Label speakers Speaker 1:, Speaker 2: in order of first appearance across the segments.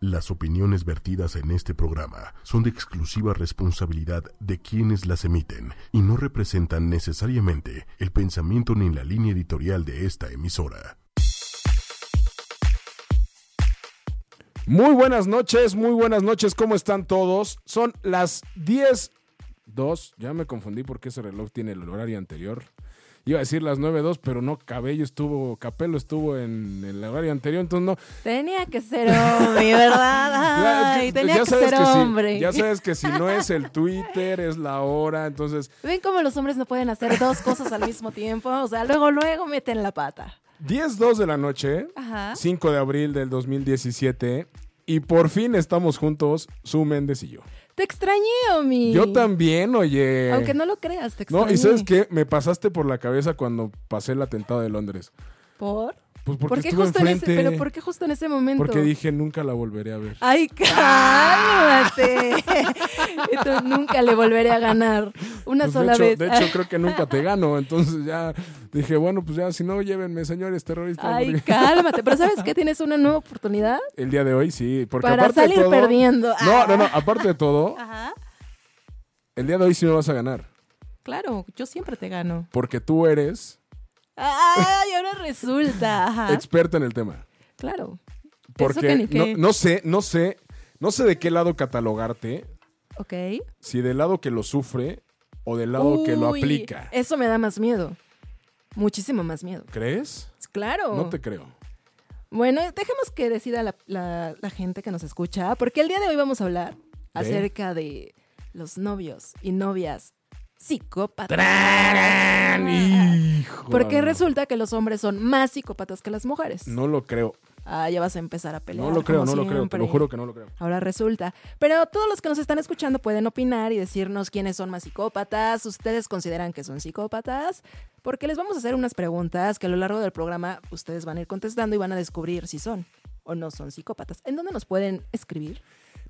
Speaker 1: Las opiniones vertidas en este programa son de exclusiva responsabilidad de quienes las emiten y no representan necesariamente el pensamiento ni la línea editorial de esta emisora.
Speaker 2: Muy buenas noches, muy buenas noches, ¿cómo están todos? Son las 10, 2, ya me confundí porque ese reloj tiene el horario anterior. Iba a decir las 9.2, pero no, Cabello estuvo, Capello estuvo en el horario anterior, entonces no.
Speaker 3: Tenía que ser hombre, ¿verdad?
Speaker 2: Ya-
Speaker 3: Ay, tenía que
Speaker 2: sabes
Speaker 3: ser
Speaker 2: si-
Speaker 3: hombre.
Speaker 2: ya sabes que si no es el Twitter, es la hora, entonces
Speaker 3: ¿Ven cómo los hombres no pueden hacer dos cosas al mismo tiempo? O sea, luego, luego meten la pata.
Speaker 2: 10.2 de la noche,
Speaker 3: Ajá.
Speaker 2: 5 de abril del 2017, y por fin estamos juntos, Su Méndez y yo.
Speaker 3: Te extrañé, Omi.
Speaker 2: Yo también, oye.
Speaker 3: Aunque no lo creas, te extrañé.
Speaker 2: No, y sabes qué, me pasaste por la cabeza cuando pasé el atentado de Londres.
Speaker 3: ¿Por?
Speaker 2: Pues porque
Speaker 3: ¿Por qué
Speaker 2: estuve
Speaker 3: justo en ese,
Speaker 2: enfrente.
Speaker 3: pero ¿por qué justo en ese momento?
Speaker 2: Porque dije, "Ah". nunca la volveré a ver.
Speaker 3: Ay, cálmate. Esto nunca le volveré a ganar. Una
Speaker 2: Pues, de
Speaker 3: sola
Speaker 2: hecho-
Speaker 3: vez.
Speaker 2: De hecho, creo que nunca te gano. Entonces ya dije, bueno, pues ya, si no, llévenme, señores terroristas.
Speaker 3: Ay,
Speaker 2: porque-
Speaker 3: cálmate. Pero ¿sabes qué? Tienes una nueva oportunidad
Speaker 2: El día de hoy, sí. Porque
Speaker 3: para
Speaker 2: aparte de
Speaker 3: salir
Speaker 2: todo-
Speaker 3: perdiendo. Ah.
Speaker 2: No, no, no. Aparte de todo,
Speaker 3: Ajá.
Speaker 2: el día de hoy sí me vas a ganar.
Speaker 3: Claro, yo siempre te gano.
Speaker 2: Porque tú eres
Speaker 3: Ay, Ah, ahora resulta. Ajá.
Speaker 2: experta en el tema.
Speaker 3: Claro. Ah. Eso que
Speaker 2: Porque
Speaker 3: ni
Speaker 2: no,
Speaker 3: qué.
Speaker 2: no sé, no sé, no sé de qué lado catalogarte.
Speaker 3: Ok.
Speaker 2: Si del lado que lo sufre o del lado que lo
Speaker 3: Uy,
Speaker 2: aplica.
Speaker 3: Eso me da más miedo. Muchísimo más miedo.
Speaker 2: ¿Crees?
Speaker 3: Claro.
Speaker 2: No te creo.
Speaker 3: Bueno, dejemos que decida la, la- la gente que nos escucha, porque el día de hoy vamos a hablar acerca de los novios y novias psicópatas.
Speaker 2: Hijo.
Speaker 3: Porque resulta que los hombres son más psópatas que las mujeres.
Speaker 2: No lo creo.
Speaker 3: Ah, ya vas a empezar a pelear.
Speaker 2: No lo creo, no
Speaker 3: como
Speaker 2: lo creo. Te lo
Speaker 3: siempre.
Speaker 2: juro que no lo creo.
Speaker 3: Ahora resulta. Pero todos los que nos están escuchando pueden opinar y decirnos quiénes son más psicópatas. ¿Ustedes consideran que son psicópatas? Porque les vamos a hacer unas preguntas que a lo largo del programa ustedes van a ir contestando y van a descubrir si son o no son psicópatas. ¿En dónde nos pueden escribir?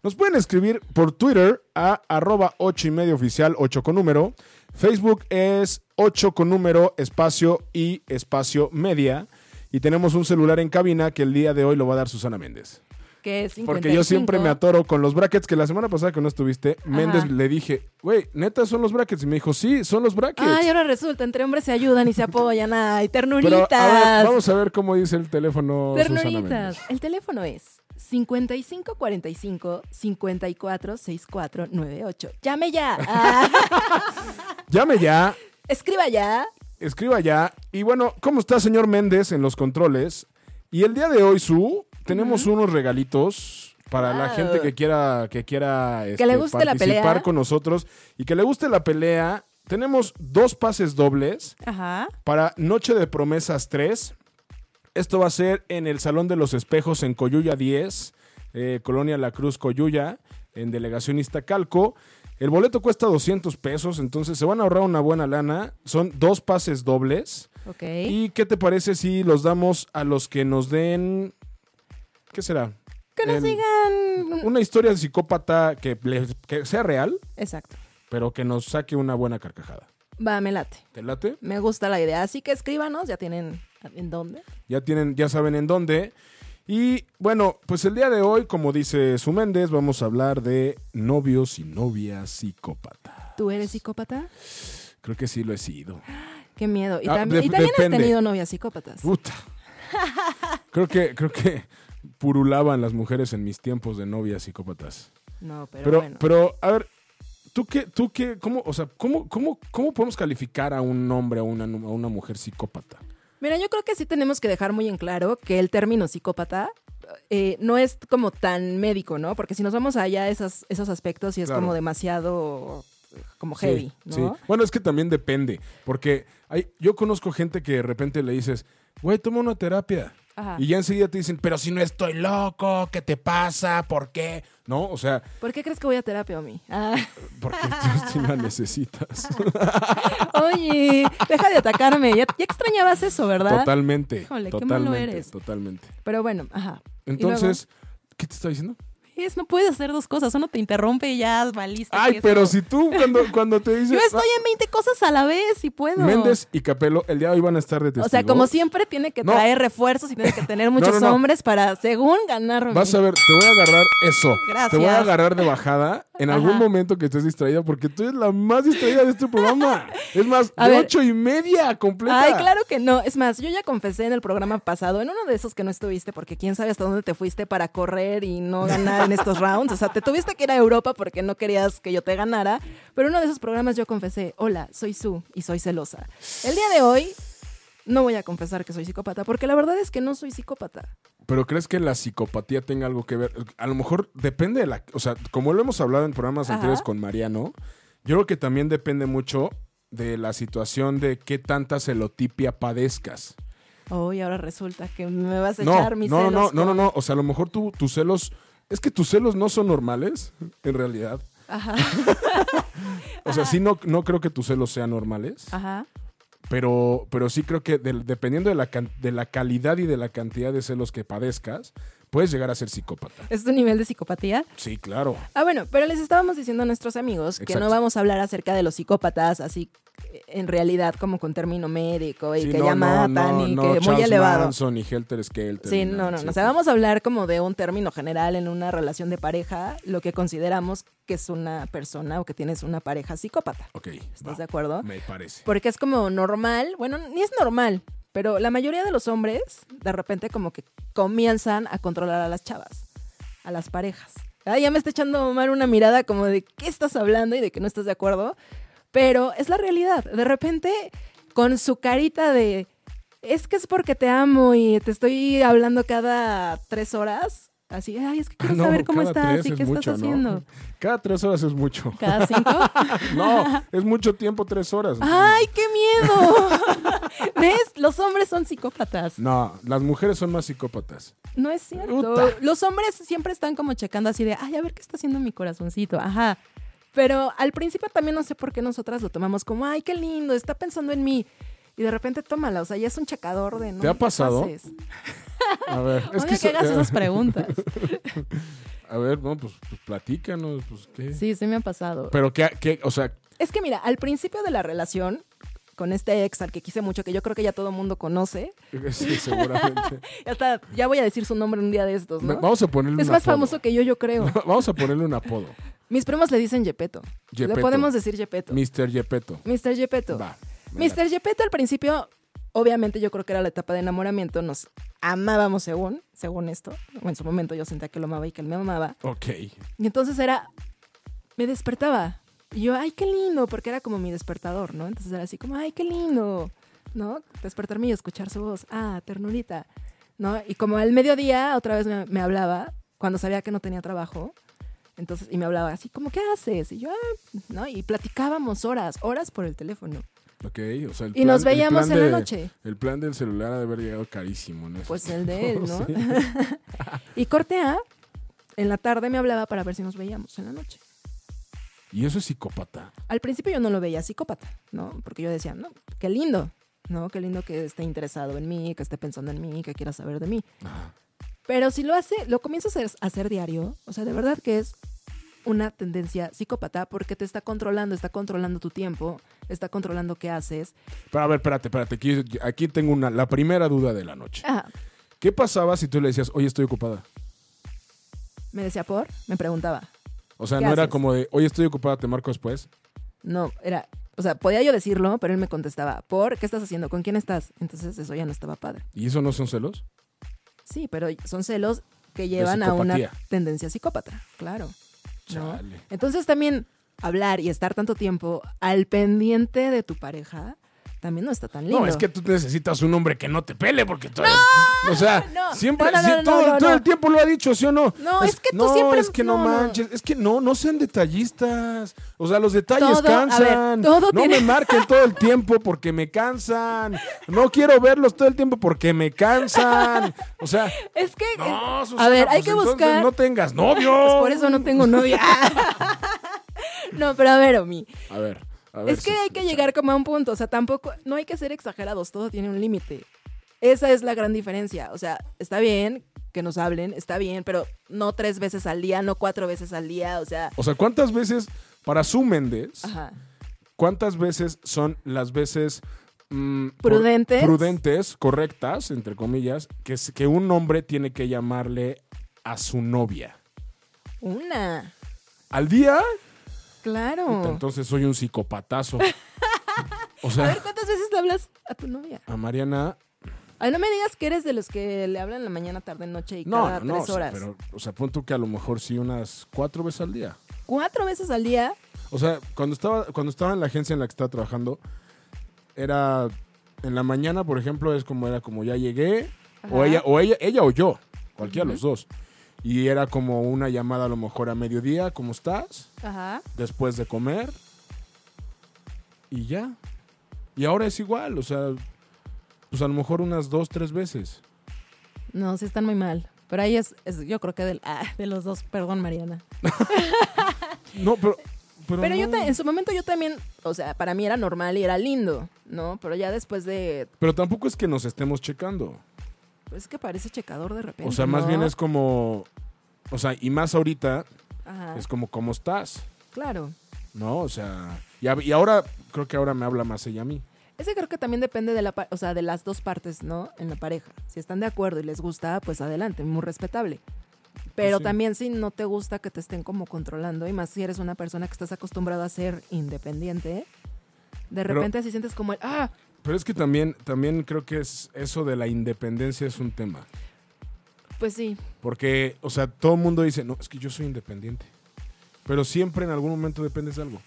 Speaker 2: Nos pueden escribir por Twitter a arroba 8 y medio oficial, 8 con número. Facebook es 8 con número, espacio y espacio media. Y tenemos un celular en cabina que el día de hoy lo va a dar Susana Méndez.
Speaker 3: Que es
Speaker 2: Porque yo siempre me
Speaker 3: 55.
Speaker 2: atoro con los brackets que la semana pasada que no estuviste, Méndez le dije, güey, neta son los brackets. Y me dijo, sí, son los brackets.
Speaker 3: Ay, ahora resulta, entre hombres se ayudan y se apoyan. Ay,
Speaker 2: Pero
Speaker 3: ternuritas.
Speaker 2: a ver, vamos a ver cómo dice el teléfono. Susana
Speaker 3: Ternuritas.
Speaker 2: Méndez.
Speaker 3: El teléfono es 5545-546498. Llame ya. Ah,
Speaker 2: Llame ya,
Speaker 3: escriba ya.
Speaker 2: escriba ya. Y bueno, ¿cómo está señor Méndez en los controles? Y el día de hoy, Su, tenemos unos regalitos para la
Speaker 3: Wow.
Speaker 2: gente que quiera, que quiera este,
Speaker 3: le guste la
Speaker 2: participar
Speaker 3: pelea.
Speaker 2: con nosotros y que le guste la pelea. Tenemos dos pases dobles
Speaker 3: Ajá.
Speaker 2: para Noche de Promesas 3. Esto va a ser en el Salón de los Espejos en Coyuya 10, eh, Colonia La Cruz, Coyuya, en Delegación Iztacalco. El boleto cuesta 200 pesos, entonces se van a ahorrar una buena lana. Son dos pases dobles.
Speaker 3: Ok.
Speaker 2: ¿Y qué te parece si los damos a los que nos den... ¿Qué será?
Speaker 3: que nos
Speaker 2: el-
Speaker 3: digan.
Speaker 2: Una historia de psicópata que, le- que sea real,
Speaker 3: Exacto.
Speaker 2: pero que nos saque una buena carcajada.
Speaker 3: Va, me late.
Speaker 2: ¿Te late?
Speaker 3: Me gusta la idea. Así que escríbanos. Ya tienen. ¿En dónde?
Speaker 2: ya tienen, ya saben en dónde. Y bueno, pues el día de hoy, como dice Su Méndez, vamos a hablar de novios y novias psicópata.
Speaker 3: ¿Tú eres psicópata?
Speaker 2: Creo que sí lo he sido.
Speaker 3: Qué miedo. Y,
Speaker 2: Ah,
Speaker 3: tam-
Speaker 2: de-
Speaker 3: y también
Speaker 2: depende. Uh,
Speaker 3: has tenido novias psicópatas.
Speaker 2: Puta. Creo que, creo que purulaban las mujeres en mis tiempos de novias psicópatas.
Speaker 3: No, pero,
Speaker 2: Pero, pues
Speaker 3: bueno.
Speaker 2: pero, a ver, ¿tú qué, tú qué, cómo, o sea, cómo, cómo, cómo podemos calificar a un hombre, a una, nu- a una mujer psicópata?
Speaker 3: Mira, yo creo que sí tenemos que dejar muy en claro que el término psicópata eh, no es como tan médico, ¿no? Porque si nos vamos allá a esas, esos aspectos y es
Speaker 2: Claro.
Speaker 3: como demasiado eh, como
Speaker 2: Sí,
Speaker 3: heavy, ¿no?
Speaker 2: sí. Bueno, es que también depende, porque hay, yo conozco gente que de repente le dices, güey, toma una terapia.
Speaker 3: Ajá.
Speaker 2: Y ya enseguida te dicen, pero si no estoy loco, ¿qué te pasa? ¿Por qué? No, o sea,
Speaker 3: ¿Por qué crees que voy a terapia, Omi? Ah,
Speaker 2: porque tú sí la necesitas.
Speaker 3: oye, deja de atacarme. Ya, ya extrañabas eso, ¿verdad?
Speaker 2: totalmente.
Speaker 3: Híjole, qué malo
Speaker 2: totalmente,
Speaker 3: eres.
Speaker 2: Totalmente.
Speaker 3: Pero bueno, ajá. ¿Y
Speaker 2: Entonces, ¿qué te está diciendo?
Speaker 3: luego? es, no puedes hacer dos cosas, uno te interrumpe y ya valiste.
Speaker 2: Ay,
Speaker 3: queso.
Speaker 2: pero si tú cuando, cuando te dices...
Speaker 3: Yo estoy en 20 cosas a la vez y puedo.
Speaker 2: "Ah, Méndez y Capelo, el día de hoy van a estar de testigos.
Speaker 3: o sea, como siempre, tiene que
Speaker 2: No.
Speaker 3: traer refuerzos y tiene que tener muchos
Speaker 2: no, no.
Speaker 3: hombres para, según, ganar.
Speaker 2: Vas a ver, te voy a agarrar eso.
Speaker 3: Gracias.
Speaker 2: Te voy a agarrar de bajada en
Speaker 3: Ajá.
Speaker 2: algún momento que estés distraída, porque tú eres la más distraída de este programa. Es más,
Speaker 3: A
Speaker 2: de
Speaker 3: ver.
Speaker 2: ocho y media completa.
Speaker 3: Ay, claro que no. Es más, yo ya confesé en el programa pasado, en uno de esos que no estuviste, porque quién sabe hasta dónde te fuiste para correr y no ganar en estos rounds. O sea, te tuviste que ir a Europa porque no querías que yo te ganara. Pero en uno de esos programas yo confesé, hola, soy Su y soy celosa. El día de hoy no voy a confesar que soy psicópata, porque la verdad es que no soy psicópata.
Speaker 2: Pero ¿crees que la psicopatía tenga algo que ver? A lo mejor depende de la... O sea, como lo hemos hablado en programas
Speaker 3: Ajá.
Speaker 2: anteriores con Mariano, yo creo que también depende mucho de la situación de qué tanta celotipia padezcas.
Speaker 3: Hoy ahora resulta que me vas a
Speaker 2: No,
Speaker 3: echar mis
Speaker 2: no, no,
Speaker 3: celos.
Speaker 2: no, no,
Speaker 3: con-
Speaker 2: no, no. O sea, a lo mejor tú, tus celos... Es que tus celos no son normales, en realidad.
Speaker 3: Ajá,
Speaker 2: O sea, sí, no, no creo que tus celos sean normales.
Speaker 3: ajá.
Speaker 2: Pero, pero sí creo que del- dependiendo de la, can- de la calidad y de la cantidad de celos que padezcas, puedes llegar a ser psicópata.
Speaker 3: ¿Es tu nivel de psicopatía?
Speaker 2: Sí, claro.
Speaker 3: Ah, bueno, pero les estábamos diciendo a nuestros amigos que
Speaker 2: Exacto.
Speaker 3: no vamos a hablar acerca de los psicópatas, así eh, en realidad como con término médico y
Speaker 2: Sí,
Speaker 3: que
Speaker 2: no,
Speaker 3: ya
Speaker 2: no,
Speaker 3: matan
Speaker 2: no,
Speaker 3: y
Speaker 2: no,
Speaker 3: que muy
Speaker 2: Charles
Speaker 3: elevado.
Speaker 2: Manson y Helter Skelter.
Speaker 3: Sí,
Speaker 2: y
Speaker 3: no,
Speaker 2: nada,
Speaker 3: no,
Speaker 2: sí.
Speaker 3: no. O sea, vamos a hablar como de un término general en una relación de pareja, lo que consideramos que es una persona o que tienes una pareja psicópata.
Speaker 2: Ok, va,
Speaker 3: ¿Estás de acuerdo?
Speaker 2: Me parece.
Speaker 3: Porque es como normal, bueno, ni es normal, pero la mayoría de los hombres de repente como que comienzan a controlar a las chavas, a las parejas. Ah, ya me está echando mal una mirada como de qué estás hablando y de que no estás de acuerdo, pero es la realidad. De repente con su carita de es que es porque te amo y te estoy hablando cada tres horas. Así, ay, es que quiero
Speaker 2: Ah, No,
Speaker 3: saber cómo
Speaker 2: cada
Speaker 3: estás
Speaker 2: tres
Speaker 3: y
Speaker 2: es
Speaker 3: qué
Speaker 2: mucho,
Speaker 3: estás
Speaker 2: ¿no?
Speaker 3: haciendo.
Speaker 2: Cada tres horas es mucho.
Speaker 3: Cada cinco.
Speaker 2: No, es mucho tiempo, tres horas.
Speaker 3: ¡Ay, qué miedo! ¿Ves? Los hombres son psicópatas.
Speaker 2: No, las mujeres son más psicópatas.
Speaker 3: No es cierto.
Speaker 2: Puta.
Speaker 3: Los hombres siempre están como checando así de, ay, a ver qué está haciendo mi corazoncito. Ajá. Pero al principio también no sé por qué nosotras lo tomamos como, ay, qué lindo, está pensando en mí. Y de repente tómala, o sea, ya es un checador de no.
Speaker 2: ¿Te ha
Speaker 3: ¿qué
Speaker 2: pasado?
Speaker 3: haces?
Speaker 2: A ver, es
Speaker 3: Odio
Speaker 2: que,
Speaker 3: que,
Speaker 2: eso-
Speaker 3: hagas esas preguntas.
Speaker 2: A ver, no, pues, pues platícanos, pues qué.
Speaker 3: Sí, sí me ha pasado.
Speaker 2: Pero qué, qué, o sea,
Speaker 3: Es que mira, al principio de la relación con este ex al que quise mucho, que yo creo que ya todo mundo conoce,
Speaker 2: sí, seguramente.
Speaker 3: hasta ya voy a decir su nombre un día de estos,
Speaker 2: Me-
Speaker 3: ¿no?
Speaker 2: Vamos a ponerle
Speaker 3: Es
Speaker 2: un
Speaker 3: más
Speaker 2: apodo.
Speaker 3: famoso que yo, yo creo.
Speaker 2: Vamos a ponerle un apodo.
Speaker 3: Mis primos le dicen Yepeto. Le
Speaker 2: Gepetto.
Speaker 3: podemos decir Yepeto.
Speaker 2: Mr. Yepeto.
Speaker 3: Mr. Yepeto.
Speaker 2: Va. me late.
Speaker 3: Mr. Yepeto al principio, obviamente yo creo que era la etapa de enamoramiento, nos amábamos según, según esto. O en su momento yo sentía que lo amaba y que él me amaba.
Speaker 2: Ok.
Speaker 3: Y entonces era, me despertaba. Y yo, ay, qué lindo, porque era como mi despertador, ¿no? Entonces era así como, ay, qué lindo, ¿no? Despertarme y escuchar su voz, ah, ternurita, ¿no? Y como al mediodía otra vez me, me hablaba, cuando sabía que no tenía trabajo, entonces, y me hablaba así como, ¿qué haces? Y yo, ah, ¿no? Y platicábamos horas, horas por el teléfono.
Speaker 2: Ok. O sea, el
Speaker 3: Y nos
Speaker 2: plan- el
Speaker 3: veíamos
Speaker 2: plan
Speaker 3: en la
Speaker 2: de-
Speaker 3: noche.
Speaker 2: El plan del celular ha de haber llegado carísimo, ¿no?
Speaker 3: Pues el de él, ¿no?
Speaker 2: Sí.
Speaker 3: Y Cortea, en la tarde me hablaba para ver si nos veíamos en la noche.
Speaker 2: Y eso es psicópata.
Speaker 3: Al principio yo no lo veía psicópata, ¿no? Porque yo decía, no, qué lindo, ¿no? Qué lindo que esté interesado en mí, que esté pensando en mí, que quiera saber de mí.
Speaker 2: Ah,
Speaker 3: Pero si lo hace, lo comienza a hacer, a hacer diario, o sea, de verdad que es una tendencia psicópata porque te está controlando, está controlando tu tiempo, está controlando qué haces.
Speaker 2: Pero a ver, espérate, espérate. Aquí, aquí tengo una, la primera duda de la noche.
Speaker 3: Ah,
Speaker 2: ¿Qué pasaba si tú le decías, oye, estoy ocupada?
Speaker 3: me decía por, me preguntaba.
Speaker 2: O sea,
Speaker 3: ¿Qué
Speaker 2: no era
Speaker 3: haces?
Speaker 2: como de, oye, estoy ocupada, te marco después.
Speaker 3: No, era, o sea, podía yo decirlo, pero él me contestaba, ¿por qué estás haciendo? ¿Con quién estás? Entonces eso ya no estaba padre.
Speaker 2: ¿Y eso no son celos?
Speaker 3: Sí, pero son celos que llevan a una
Speaker 2: psicopatía.
Speaker 3: tendencia psicópata, claro. ¿no?
Speaker 2: Chale.
Speaker 3: Entonces también hablar y estar tanto tiempo al pendiente de tu pareja también no está tan lindo.
Speaker 2: No, es que tú necesitas un hombre que no te pele porque tú eres... O sea,
Speaker 3: no.
Speaker 2: siempre,
Speaker 3: No, no,
Speaker 2: sí,
Speaker 3: no, no,
Speaker 2: todo,
Speaker 3: no,
Speaker 2: todo
Speaker 3: no.
Speaker 2: el tiempo lo ha dicho, ¿sí o no?
Speaker 3: No, es que tú siempre-
Speaker 2: es que no,
Speaker 3: no, no.
Speaker 2: manches. Es que no, no sean detallistas. O sea, los detalles
Speaker 3: Todo, a
Speaker 2: cansan.
Speaker 3: ver, todo
Speaker 2: no
Speaker 3: tiene-
Speaker 2: me marquen todo el tiempo porque me cansan. No quiero verlos todo el tiempo porque me cansan. O sea,
Speaker 3: Es que-
Speaker 2: no, Susana,
Speaker 3: a ver,
Speaker 2: pues
Speaker 3: hay que
Speaker 2: entonces
Speaker 3: buscar.
Speaker 2: No tengas novio.
Speaker 3: Pues por eso no tengo novia. no, pero a ver, Omi.
Speaker 2: A ver, a ver.
Speaker 3: Es que
Speaker 2: Susana,
Speaker 3: hay que llegar como a un punto. O sea, tampoco, no hay que ser exagerados, todo tiene un límite. Esa es la gran diferencia. O sea, está bien que nos hablen, está bien, pero no tres veces al día, no cuatro veces al día, o sea,
Speaker 2: O sea, ¿cuántas veces, para su Méndez,
Speaker 3: ajá.
Speaker 2: cuántas veces son las veces mm, por-
Speaker 3: Prudentes.
Speaker 2: prudentes, correctas, entre comillas, que, s- que un hombre tiene que llamarle a su novia?
Speaker 3: Una,
Speaker 2: ¿Al día? Puta,
Speaker 3: claro.
Speaker 2: Entonces soy un psicopatazo. o
Speaker 3: A ver,
Speaker 2: sea,
Speaker 3: ¿cuántas veces le hablas a tu novia?
Speaker 2: a Mariana
Speaker 3: Ay, no me digas que eres de los que le hablan en la mañana, tarde, noche y
Speaker 2: No,
Speaker 3: cada
Speaker 2: no, no.
Speaker 3: tres
Speaker 2: o sea,
Speaker 3: horas.
Speaker 2: pero, o sea, pon tú que a lo mejor sí unas cuatro veces al día.
Speaker 3: Cuatro veces al día,
Speaker 2: O sea, cuando estaba, cuando estaba en la agencia en la que estaba trabajando, era en la mañana, por ejemplo, es como era como ya llegué, o
Speaker 3: Ajá.
Speaker 2: ella, o ella, ella o yo, cualquiera de los dos. Y era como una llamada a lo mejor a mediodía, ¿cómo estás?
Speaker 3: ajá.
Speaker 2: Después de comer. Y ya. Y ahora es igual, o sea, pues a lo mejor unas dos, tres veces.
Speaker 3: No, sí están muy mal. Pero ahí es, es- yo creo que del, ah, de los dos, perdón, Mariana.
Speaker 2: No, pero. Pero,
Speaker 3: Pero yo
Speaker 2: no.
Speaker 3: ta- en su momento yo también, o sea, para mí era normal y era lindo, ¿no? Pero ya después de,
Speaker 2: pero tampoco es que nos estemos checando.
Speaker 3: pues es que parece checador de repente.
Speaker 2: O sea, más
Speaker 3: Pues ¿no?
Speaker 2: bien es como. O sea, y más ahorita
Speaker 3: Ajá,
Speaker 2: es como, ¿cómo estás?
Speaker 3: claro.
Speaker 2: ¿No? O sea. Y, a- y ahora, creo que ahora me habla más ella a mí.
Speaker 3: Ese creo que también depende de la, pa- o sea, de las dos partes, ¿no? En la pareja. Si están de acuerdo y les gusta, pues adelante, muy respetable. Pero
Speaker 2: Pues sí.
Speaker 3: también si no te gusta que te estén como controlando y más si eres una persona que estás acostumbrada a ser independiente, de
Speaker 2: Pero-
Speaker 3: repente así sientes como el, ah,
Speaker 2: Pero es que también, también creo que es eso de la independencia es un tema.
Speaker 3: pues sí,
Speaker 2: Porque, o sea, todo el mundo dice, no, es que yo soy independiente. Pero siempre en algún momento dependes de algo.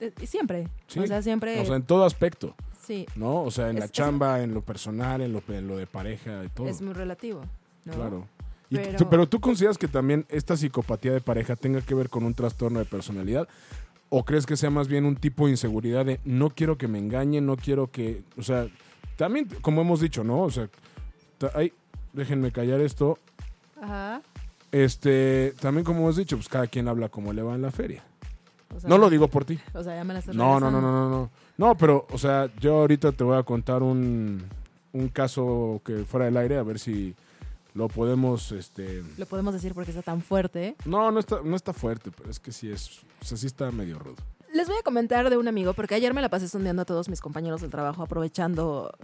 Speaker 3: eh, y siempre.
Speaker 2: Sí.
Speaker 3: O sea, siempre,
Speaker 2: O sea, en todo aspecto,
Speaker 3: sí,
Speaker 2: ¿no? O sea, en
Speaker 3: Es-
Speaker 2: la
Speaker 3: es-
Speaker 2: chamba, en lo personal, en lo, en lo de pareja, y todo.
Speaker 3: es muy relativo. ¿no?
Speaker 2: Claro. Y tú-
Speaker 3: Pero-
Speaker 2: tú- pero... tú consideras que también esta psicopatía de pareja tenga que ver con un trastorno de personalidad? ¿O crees que sea más bien un tipo de inseguridad de no quiero que me engañen, no quiero que... O sea, también, como hemos dicho, ¿no? O sea, ta- ay, déjenme callar esto.
Speaker 3: Ajá.
Speaker 2: Este, también como hemos dicho, pues cada quien habla como le va en la feria.
Speaker 3: O sea,
Speaker 2: No lo digo por ti.
Speaker 3: O sea, ya me la estás
Speaker 2: No, no,
Speaker 3: regresando.
Speaker 2: no, no, no, no. No, pero, o sea, yo ahorita te voy a contar un, un caso que fuera del aire, a ver si lo podemos, este...
Speaker 3: Lo podemos decir porque está tan fuerte, ¿eh?
Speaker 2: No, no está, no está fuerte, pero es que sí es. O sea, sí está medio rudo.
Speaker 3: Les voy a comentar de un amigo, porque ayer me la pasé sondeando a todos mis compañeros del trabajo, aprovechando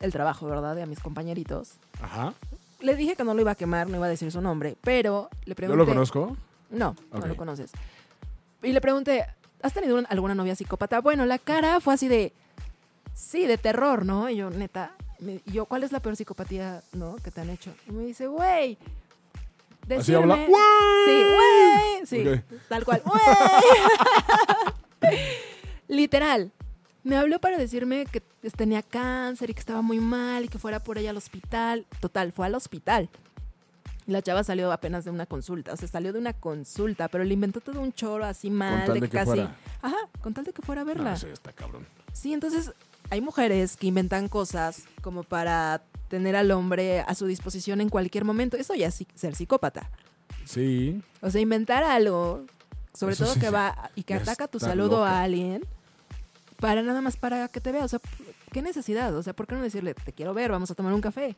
Speaker 3: el trabajo, ¿verdad? De a mis compañeritos.
Speaker 2: Ajá.
Speaker 3: Le dije que no lo iba a quemar, no iba a decir su nombre, pero le
Speaker 2: Yo
Speaker 3: pregunté.
Speaker 2: lo conozco.
Speaker 3: No,
Speaker 2: Ok.
Speaker 3: no lo conoces. Y le pregunté, ¿has tenido un- alguna novia psicópata? Bueno, la cara fue así de. Sí, de terror, ¿no? Y yo, neta. me- y yo, ¿cuál es la peor psicopatía, no? Que te han hecho. Y me dice, güey.
Speaker 2: Así
Speaker 3: decirme-
Speaker 2: habla. ¡Güey!
Speaker 3: Sí, güey. Sí,
Speaker 2: Ok.
Speaker 3: tal cual. güey. Literal. Me habló para decirme que tenía cáncer y que estaba muy mal y que fuera por ella al hospital. Total, fue al hospital. La chava salió apenas de una consulta, o sea, salió de una consulta, pero le inventó todo un choro así mal,
Speaker 2: tal
Speaker 3: de
Speaker 2: de
Speaker 3: que
Speaker 2: que
Speaker 3: casi.
Speaker 2: fuera. Ah,
Speaker 3: Ajá, con tal de que fuera a
Speaker 2: No,
Speaker 3: verla.
Speaker 2: ese está cabrón.
Speaker 3: Sí, entonces hay mujeres que inventan cosas como para tener al hombre a su disposición en cualquier momento. Eso ya es psi- ser psicópata.
Speaker 2: Sí.
Speaker 3: O sea, inventar algo, sobre
Speaker 2: Eso
Speaker 3: todo
Speaker 2: sí
Speaker 3: que
Speaker 2: se-
Speaker 3: va y que
Speaker 2: ya
Speaker 3: ataca tu
Speaker 2: está
Speaker 3: saludo
Speaker 2: loca.
Speaker 3: a alguien, para nada más para que te vea. O sea, ¿qué necesidad? O sea, ¿por qué no decirle, te quiero ver, vamos a tomar un café?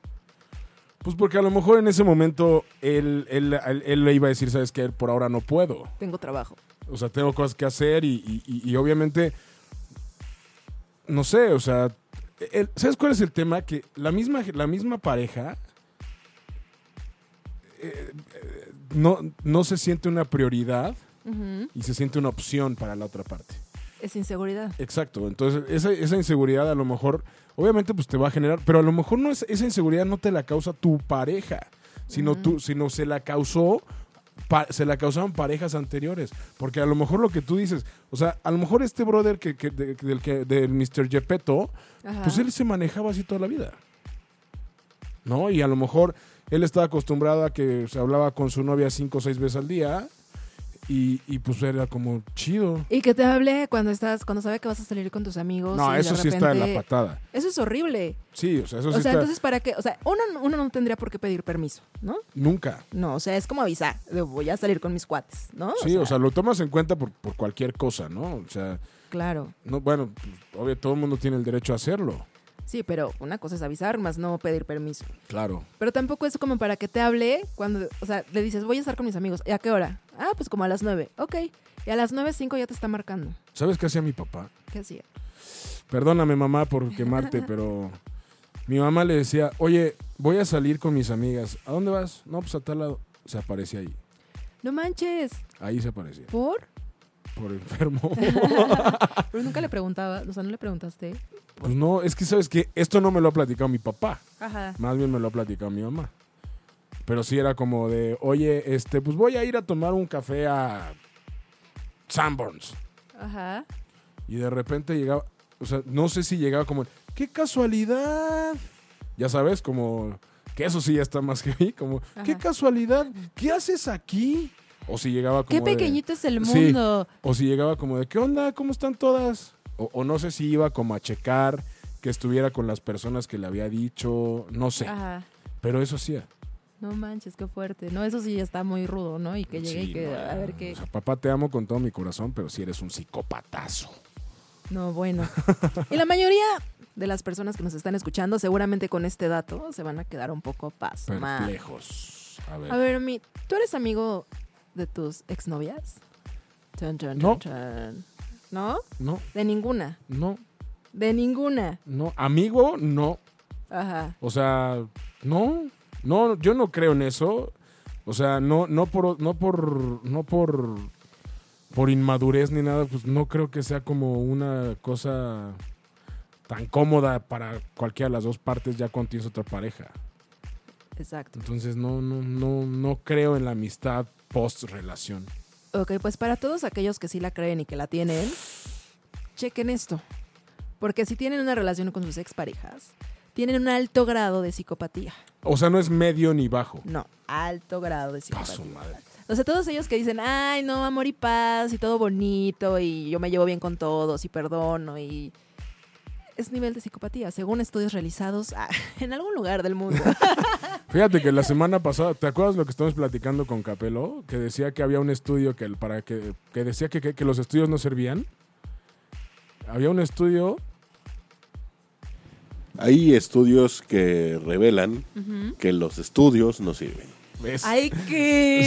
Speaker 2: Pues porque a lo mejor en ese momento él, él, él- él le iba a decir, ¿sabes qué? Por ahora no puedo.
Speaker 3: Tengo trabajo.
Speaker 2: O sea, tengo cosas que hacer y, y- y- y obviamente. No sé, o sea. el- ¿Sabes cuál es el tema? Que la misma, la misma pareja. eh, eh, no, no se siente una prioridad
Speaker 3: Ujú.
Speaker 2: y se siente una opción para la otra parte.
Speaker 3: Es inseguridad.
Speaker 2: Exacto, entonces esa, esa inseguridad a lo mejor, obviamente pues te va a generar, pero a lo mejor no es, esa inseguridad no te la causa tu pareja, sino tú, sino se la causó, pa- se la causaron parejas anteriores, porque a lo mejor lo que tú dices, o sea, a lo mejor este brother que, que- de- del que del Mr. Gepetto,
Speaker 3: Ajá.
Speaker 2: pues él se manejaba así toda la vida, ¿no? Y a lo mejor él estaba acostumbrado a que se hablaba con su novia cinco o seis veces al día y, y pues era como chido.
Speaker 3: Y que te hable cuando estás, cuando sabe que vas a salir con tus amigos. y
Speaker 2: No,
Speaker 3: Oh, de
Speaker 2: eso sí está de la
Speaker 3: repente-
Speaker 2: patada.
Speaker 3: Eso es horrible.
Speaker 2: Sí, o sea, eso
Speaker 3: O
Speaker 2: sí
Speaker 3: sea,
Speaker 2: está-
Speaker 3: entonces para qué, o sea, uno, uno no tendría por qué pedir permiso, ¿no?
Speaker 2: Nunca.
Speaker 3: No, o sea, es como avisar, de, voy a salir con mis cuates, ¿no?
Speaker 2: Sí, o sea, lo tomas en cuenta por, por cualquier cosa, ¿no? O sea,
Speaker 3: claro.
Speaker 2: no, bueno, pues, obvio, todo el mundo tiene el derecho a hacerlo.
Speaker 3: Sí, pero una cosa es avisar, más no pedir permiso.
Speaker 2: Claro.
Speaker 3: Pero tampoco es como para que te hable cuando, o sea, le dices, voy a estar con mis amigos. ¿Y a qué hora? Ah, pues como a las nueve. Ok. Y a las nueve cinco ya te está marcando.
Speaker 2: ¿Sabes qué hacía mi papá?
Speaker 3: ¿Qué hacía?
Speaker 2: Perdóname, mamá, por quemarte, pero mi mamá le decía, oye, voy a salir con mis amigas. ¿A dónde vas? No, pues a tal lado. Se aparecía ahí.
Speaker 3: No manches.
Speaker 2: Ahí se aparecía.
Speaker 3: ¿Por?
Speaker 2: Por enfermo.
Speaker 3: Pero nunca le preguntaba, o sea, no le preguntaste.
Speaker 2: pues no, es que sabes que esto no me lo ha platicado mi papá.
Speaker 3: Ajá.
Speaker 2: Más bien me lo ha platicado mi mamá. Pero sí era como de, oye, este, pues voy a ir a tomar un café a Sanborns.
Speaker 3: Ajá.
Speaker 2: Y de repente llegaba, o sea, no sé si llegaba como, qué casualidad. Ya sabes, como, que eso sí ya está más que ahí, como, qué
Speaker 3: Ajá.
Speaker 2: casualidad, ¿qué haces aquí? O si llegaba como
Speaker 3: Qué
Speaker 2: de-
Speaker 3: pequeñito es el
Speaker 2: Sí.
Speaker 3: mundo.
Speaker 2: o si llegaba como de, ¿qué onda? ¿Cómo están todas? O, o no sé si iba como a checar que estuviera con las personas que le había dicho, no sé.
Speaker 3: Ajá.
Speaker 2: Pero eso hacía.
Speaker 3: No manches, qué fuerte. No, eso sí ya está muy rudo, ¿no? Y que llegue
Speaker 2: Sí,
Speaker 3: y que,
Speaker 2: no,
Speaker 3: a ver qué.
Speaker 2: o sea, papá, te amo con todo mi corazón, pero si eres un psicopatazo.
Speaker 3: No, bueno. Y la mayoría de las personas que nos están escuchando, seguramente con este dato, se van a quedar un poco pasmadas.
Speaker 2: Perplejos. A ver.
Speaker 3: A ver, mi, ¿tú eres amigo de tus exnovias? Chon, chon,
Speaker 2: No.
Speaker 3: chon, chon. ¿No?
Speaker 2: No,
Speaker 3: De ninguna.
Speaker 2: no,
Speaker 3: De ninguna.
Speaker 2: no. Amigo, no.
Speaker 3: Ajá.
Speaker 2: O sea, no, no, yo no creo en eso. O sea, no, no por, no por, no por, por inmadurez ni nada, pues no creo que sea como una cosa tan cómoda para cualquiera de las dos partes ya cuando tienes otra pareja.
Speaker 3: Exacto.
Speaker 2: Entonces no, no, no, no creo en la amistad post relación.
Speaker 3: Ok, pues para todos aquellos que sí la creen y que la tienen, chequen esto. Porque si tienen una relación con sus exparejas, tienen un alto grado de psicopatía.
Speaker 2: O sea, no es medio ni bajo.
Speaker 3: No, alto grado de
Speaker 2: A Ah, su
Speaker 3: psicopatía.
Speaker 2: madre.
Speaker 3: O sea, todos ellos que dicen, ay, no, amor y paz, y todo bonito, y yo me llevo bien con todos, y perdono, y... Es nivel de psicopatía, según estudios realizados ah, en algún lugar del mundo.
Speaker 2: Fíjate que la semana pasada, ¿te acuerdas lo que estamos platicando con Capelo? Que decía que había un estudio que, el- para que, que decía que, que- que los estudios no servían. Había un estudio,
Speaker 4: Hay estudios que revelan que los estudios no sirven.
Speaker 2: ¿ves?
Speaker 3: Ay, que...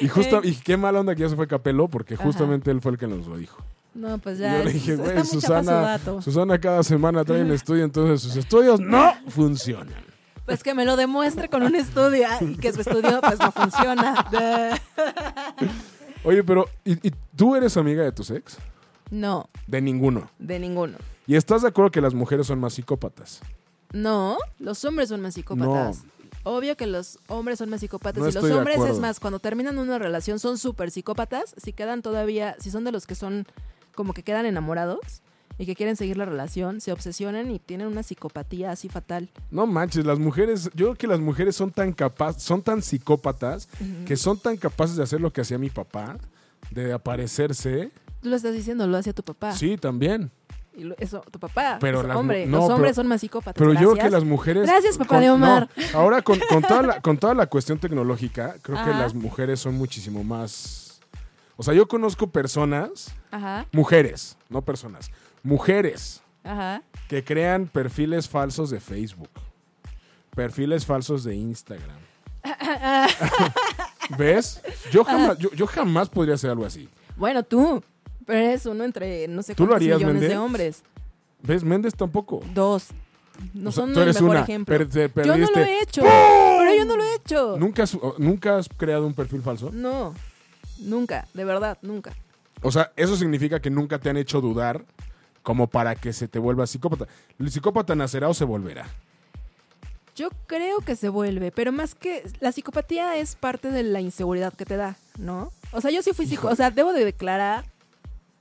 Speaker 2: Y, justa- y qué mala onda que ya se fue Capelo, porque justamente él fue el que nos lo dijo.
Speaker 3: No, pues
Speaker 2: Y
Speaker 3: ya,
Speaker 2: yo le dije,
Speaker 3: está
Speaker 2: güey,
Speaker 3: muy chafa su
Speaker 2: Susana,
Speaker 3: dato.
Speaker 2: Susana cada semana trae un estudio, entonces sus estudios no funcionan.
Speaker 3: Pues que me lo demuestre con un estudio ah, y que su estudio pues no funciona.
Speaker 2: Oye, pero, ¿y, y tú eres amiga de tus ex?
Speaker 3: No,
Speaker 2: De ninguno.
Speaker 3: de ninguno.
Speaker 2: ¿Y estás de acuerdo que las mujeres son más psicópatas?
Speaker 3: No, los hombres son más psicópatas. Obvio que los hombres son más psicópatas.
Speaker 2: No
Speaker 3: y los
Speaker 2: estoy de
Speaker 3: hombres,
Speaker 2: acuerdo.
Speaker 3: es más, cuando terminan una relación son súper psicópatas. Si quedan todavía, si son de los que son como que quedan enamorados y que quieren seguir la relación, se obsesionan y tienen una psicopatía así fatal.
Speaker 2: No manches, las mujeres, yo creo que las mujeres son tan capaces, son tan psicópatas, que son tan capaces de hacer lo que hacía mi papá, de aparecerse.
Speaker 3: Tú lo estás diciendo, lo hacía tu papá.
Speaker 2: Sí, también.
Speaker 3: Y lo- eso, tu papá.
Speaker 2: Pero
Speaker 3: es
Speaker 2: las mu-
Speaker 3: hombre.
Speaker 2: no,
Speaker 3: los hombres
Speaker 2: pero-
Speaker 3: son más psicópatas.
Speaker 2: Pero yo creo que
Speaker 3: Gracias.
Speaker 2: las mujeres.
Speaker 3: Gracias, papá de
Speaker 2: no,
Speaker 3: Omar.
Speaker 2: ahora, con, con toda la, con toda la cuestión tecnológica, creo que
Speaker 3: Ajá.
Speaker 2: las mujeres son muchísimo más. O sea, yo conozco personas,
Speaker 3: Ajá,
Speaker 2: mujeres, no personas, mujeres
Speaker 3: ajá.
Speaker 2: que crean perfiles falsos de Facebook, perfiles falsos de Instagram. ¿Ves? Yo jamás, yo, yo jamás podría hacer algo así.
Speaker 3: Bueno, tú. Pero eres uno entre no sé
Speaker 2: ¿Tú lo
Speaker 3: cuántos
Speaker 2: harías,
Speaker 3: millones
Speaker 2: Méndez?
Speaker 3: de hombres.
Speaker 2: ¿Ves? Méndez tampoco.
Speaker 3: Dos. No
Speaker 2: O sea,
Speaker 3: son
Speaker 2: tú eres
Speaker 3: el mejor
Speaker 2: una,
Speaker 3: ejemplo.
Speaker 2: pero te
Speaker 3: yo no lo
Speaker 2: perdiste.
Speaker 3: he hecho. Pero yo no lo he hecho.
Speaker 2: ¿Nunca has, o- ¿Nunca has creado un perfil falso?
Speaker 3: No. Nunca, de verdad, nunca.
Speaker 2: O sea, eso significa que nunca te han hecho dudar como para que se te vuelva psicópata. El psicópata nacerá o se volverá.
Speaker 3: Yo creo que se vuelve, pero más que la psicopatía es parte de la inseguridad que te da, ¿no? O sea, yo sí fui psicópata, o sea, debo de declarar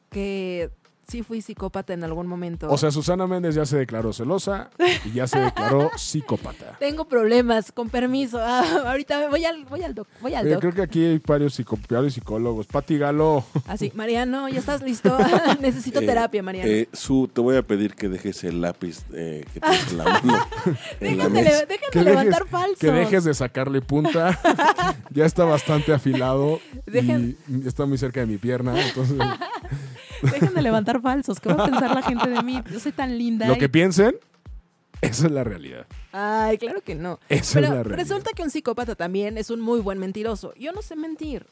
Speaker 3: que sí fui psicópata en algún momento.
Speaker 2: O sea, Susana Méndez ya se declaró celosa y ya se declaró psicópata.
Speaker 3: tengo problemas, con permiso. Ah, ahorita me voy al voy al doc, voy al
Speaker 2: Yo
Speaker 3: doc.
Speaker 2: creo que aquí hay varios, psico- varios psicólogos. Pati Galo.
Speaker 3: Así, Mariano, ya estás listo. Necesito
Speaker 4: Eh,
Speaker 3: terapia, Mariano.
Speaker 4: eh, Su, te voy a pedir que dejes el lápiz eh, que tienes en la mano. en la
Speaker 3: Déjate,
Speaker 4: mesa.
Speaker 3: le- déjate levantar
Speaker 2: eh, dejes,
Speaker 3: falso.
Speaker 2: que dejes de sacarle punta. ya está bastante afilado
Speaker 3: Dejen-
Speaker 2: y está muy cerca de mi pierna. Entonces,
Speaker 3: Dejen de levantar falsos. ¿Qué va a pensar la gente de mí? Yo soy tan linda.
Speaker 2: lo que
Speaker 3: y-
Speaker 2: piensen, Esa es la realidad.
Speaker 3: Ay, claro que no.
Speaker 2: Esa
Speaker 3: Pero
Speaker 2: es la realidad.
Speaker 3: resulta que un psicópata también es un muy buen mentiroso. Yo no sé mentir.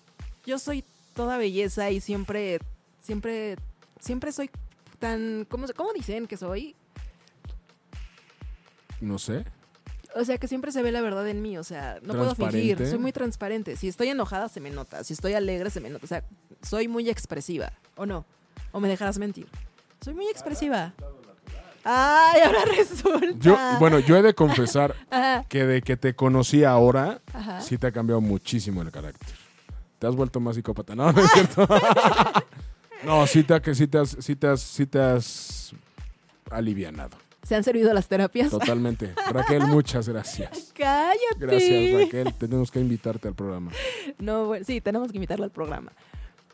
Speaker 3: Yo soy toda belleza y siempre, siempre, siempre soy tan... ¿Cómo, cómo dicen que soy?
Speaker 2: No sé.
Speaker 3: O sea, que siempre se ve la verdad en mí. O sea, no puedo fingir.
Speaker 2: Transparente.
Speaker 3: Soy muy transparente. Si estoy enojada, se me nota. Si estoy alegre, se me nota. O sea, soy muy expresiva. ¿O no? ¿O me dejarás mentir? Soy muy expresiva. Ay, ahora resulta.
Speaker 2: Yo, bueno, yo he de confesar
Speaker 3: Ajá,
Speaker 2: que de que te conocí ahora,
Speaker 3: ajá.
Speaker 2: sí te ha cambiado muchísimo el carácter. Te has vuelto más psicópata. No, no es cierto. no, sí te, ha- que sí te has, sí te has, sí te has alivianado.
Speaker 3: ¿Se han servido las terapias?
Speaker 2: Totalmente. Raquel, muchas gracias.
Speaker 3: Cállate.
Speaker 2: Gracias, Raquel. Tenemos que invitarte al programa.
Speaker 3: No, bueno, sí, tenemos que invitarlo al programa.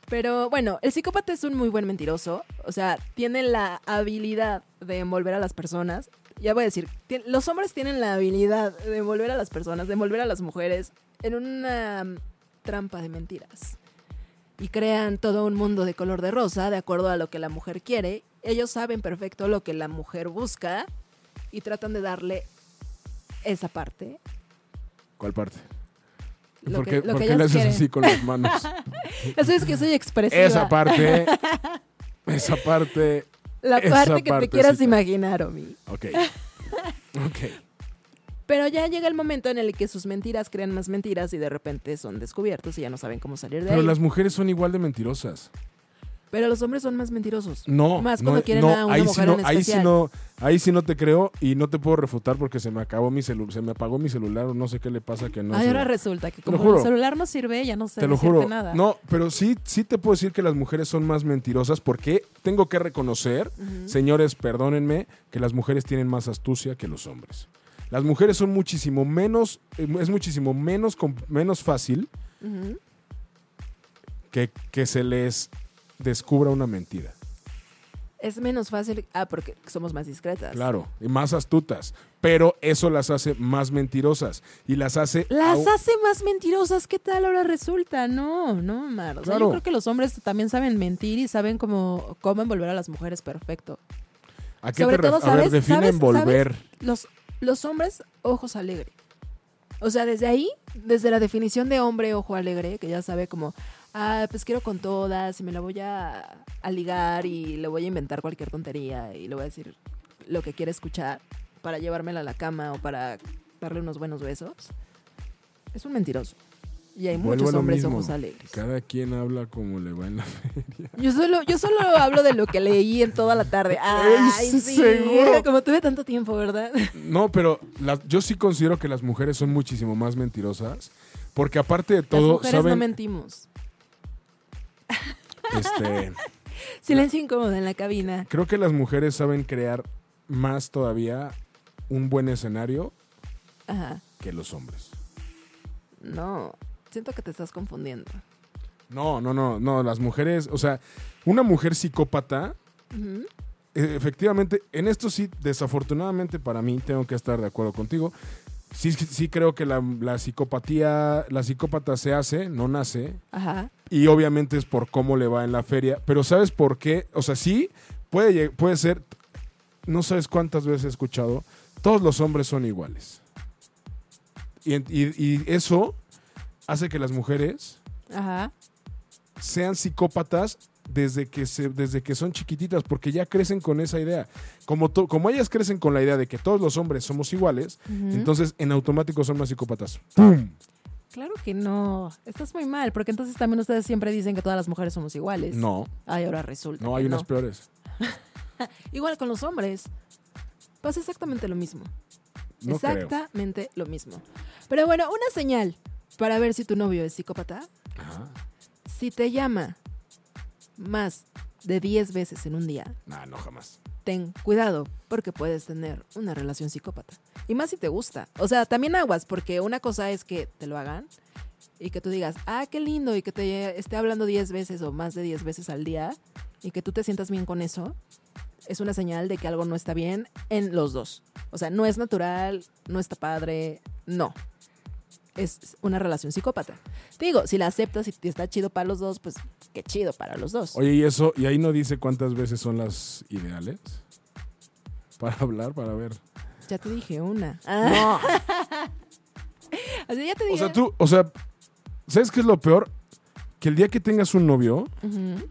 Speaker 3: Pero bueno, el psicópata es un muy buen mentiroso. O sea, tiene la habilidad de envolver a las personas. Ya voy a decir, tien- los hombres tienen la habilidad de envolver a las personas, de envolver a las mujeres en una mm, trampa de mentiras. Y crean todo un mundo de color de rosa de acuerdo a lo que la mujer quiere. Ellos saben perfecto lo que la mujer busca y tratan de darle esa parte.
Speaker 2: ¿Cuál parte?
Speaker 3: Lo
Speaker 2: ¿Por
Speaker 3: que-
Speaker 2: qué,
Speaker 3: lo
Speaker 2: por
Speaker 3: que
Speaker 2: qué le
Speaker 3: ellas
Speaker 2: haces
Speaker 3: quieren. Pues
Speaker 2: así con las manos?
Speaker 3: Eso es que soy expresiva.
Speaker 2: esa parte. Esa parte.
Speaker 3: La
Speaker 2: Esa
Speaker 3: parte que te
Speaker 2: partecita.
Speaker 3: quieras imaginar, Omi.
Speaker 2: Ok. Ok.
Speaker 3: Pero ya llega el momento en el que sus mentiras crean más mentiras y de repente son descubiertos y ya no saben cómo salir de
Speaker 2: Pero
Speaker 3: ahí.
Speaker 2: las mujeres son igual de mentirosas.
Speaker 3: Pero los hombres son más mentirosos.
Speaker 2: No.
Speaker 3: Más
Speaker 2: no,
Speaker 3: cuando quieren
Speaker 2: no,
Speaker 3: a una
Speaker 2: ahí
Speaker 3: mujer
Speaker 2: sí no,
Speaker 3: en
Speaker 2: ahí sí
Speaker 3: especial.
Speaker 2: no, ahí sí no te creo y no te puedo refutar porque se me acabó mi celular, se me apagó mi celular o no sé qué le pasa que no.
Speaker 3: Ay,
Speaker 2: se-
Speaker 3: ahora resulta que
Speaker 2: Te lo
Speaker 3: como el
Speaker 2: juro.
Speaker 3: celular no sirve, ya no sé
Speaker 2: te lo juro.
Speaker 3: nada.
Speaker 2: No, pero sí, sí te puedo decir que las mujeres son más mentirosas porque tengo que reconocer,
Speaker 3: Ujú.
Speaker 2: señores, perdónenme, que las mujeres tienen más astucia que los hombres. Las mujeres son muchísimo menos, eh, es muchísimo menos, com- menos fácil
Speaker 3: Ujú.
Speaker 2: que, que se les descubra una mentira.
Speaker 3: Es menos fácil. Ah, porque somos más discretas.
Speaker 2: Claro, y más astutas. Pero eso las hace más mentirosas y las hace...
Speaker 3: Las
Speaker 2: au-
Speaker 3: hace más mentirosas. ¿Qué tal ahora resulta? No, no, Mar. O sea,
Speaker 2: Claro.
Speaker 3: yo creo que los hombres también saben mentir y saben cómo, cómo envolver a las mujeres perfecto.
Speaker 2: ¿A qué
Speaker 3: Sobre
Speaker 2: te ref-
Speaker 3: todo,
Speaker 2: A ver,
Speaker 3: ¿sabes?
Speaker 2: define
Speaker 3: ¿Sabes?
Speaker 2: envolver.
Speaker 3: los, los hombres ojos alegre. O sea, desde ahí, desde la definición de hombre ojo alegre, que ya sabe como, ah, pues quiero con todas y me la voy a, a ligar y le voy a inventar cualquier tontería y le voy a decir lo que quiere escuchar para llevármela a la cama o para darle unos buenos besos. Es un mentiroso. Y hay
Speaker 2: Vuelvo a
Speaker 3: muchos
Speaker 2: lo
Speaker 3: hombres
Speaker 2: mismo.
Speaker 3: ojos alegres.
Speaker 2: Cada quien habla como le va en la
Speaker 3: Yo solo, yo solo hablo de lo que leí en toda la tarde. Ay,
Speaker 2: sí,
Speaker 3: sí.
Speaker 2: seguro.
Speaker 3: Como tuve tanto tiempo, ¿verdad?
Speaker 2: No, pero las- yo sí considero que las mujeres son muchísimo más mentirosas. Porque aparte de todo,
Speaker 3: Las mujeres no
Speaker 2: saben.
Speaker 3: mentimos.
Speaker 2: este,
Speaker 3: Silencio incómodo en la cabina.
Speaker 2: creo que las mujeres saben crear más todavía un buen escenario
Speaker 3: Ajá.
Speaker 2: que los hombres.
Speaker 3: No. Siento que te estás confundiendo.
Speaker 2: No, no, no, no. Las mujeres, o sea, una mujer psicópata,
Speaker 3: Ujú.
Speaker 2: eh, efectivamente, en esto sí, desafortunadamente para mí, tengo que estar de acuerdo contigo. Sí, sí creo que la, la psicopatía, la psicópata se hace, no nace,
Speaker 3: Ajá.
Speaker 2: Y obviamente es por cómo le va en la feria. Pero ¿sabes por qué? O sea, sí, puede, lleg- puede ser. No sabes cuántas veces he escuchado. Todos los hombres son iguales. Y, en- y- y eso hace que las mujeres
Speaker 3: Ajá.
Speaker 2: sean psicópatas desde que, se, desde que son chiquititas, porque ya crecen con esa idea. Como, to- como ellas crecen con la idea de que todos los hombres somos iguales,
Speaker 3: Ujú.
Speaker 2: entonces en automático son más psicópatas. ¡Pum!
Speaker 3: Claro que no. Estás muy mal, porque entonces también ustedes siempre dicen que todas las mujeres somos iguales.
Speaker 2: No,
Speaker 3: Ay, ahora resulta.
Speaker 2: no,
Speaker 3: que
Speaker 2: hay unas peores.
Speaker 3: Igual con los hombres. Pasa exactamente lo mismo.
Speaker 2: No creo.
Speaker 3: exactamente lo mismo. Pero bueno, una señal para ver si tu novio es psicópata.
Speaker 2: Ah,
Speaker 3: Si te llama más de 10 veces en un día,
Speaker 2: nah, no, jamás.
Speaker 3: ten cuidado porque puedes tener una relación psicópata. Y más si te gusta. O sea, también aguas, porque una cosa es que te lo hagan y que tú digas, ah, qué lindo, y que te esté hablando 10 veces o más de 10 veces al día y que tú te sientas bien con eso. Es una señal de que algo no está bien en los dos. O sea, no es natural, no está padre, no. Es una relación psicópata. Te digo, si la aceptas y te está chido para los dos, pues qué chido para los dos.
Speaker 2: Oye, y eso, y ahí no dice cuántas veces son las ideales para hablar, para ver.
Speaker 3: Ya te dije una. No. Así Ah. ya te dije.
Speaker 2: O sea, tú, o sea, ¿sabes qué es lo peor? Que el día que tengas un novio
Speaker 3: Ujú.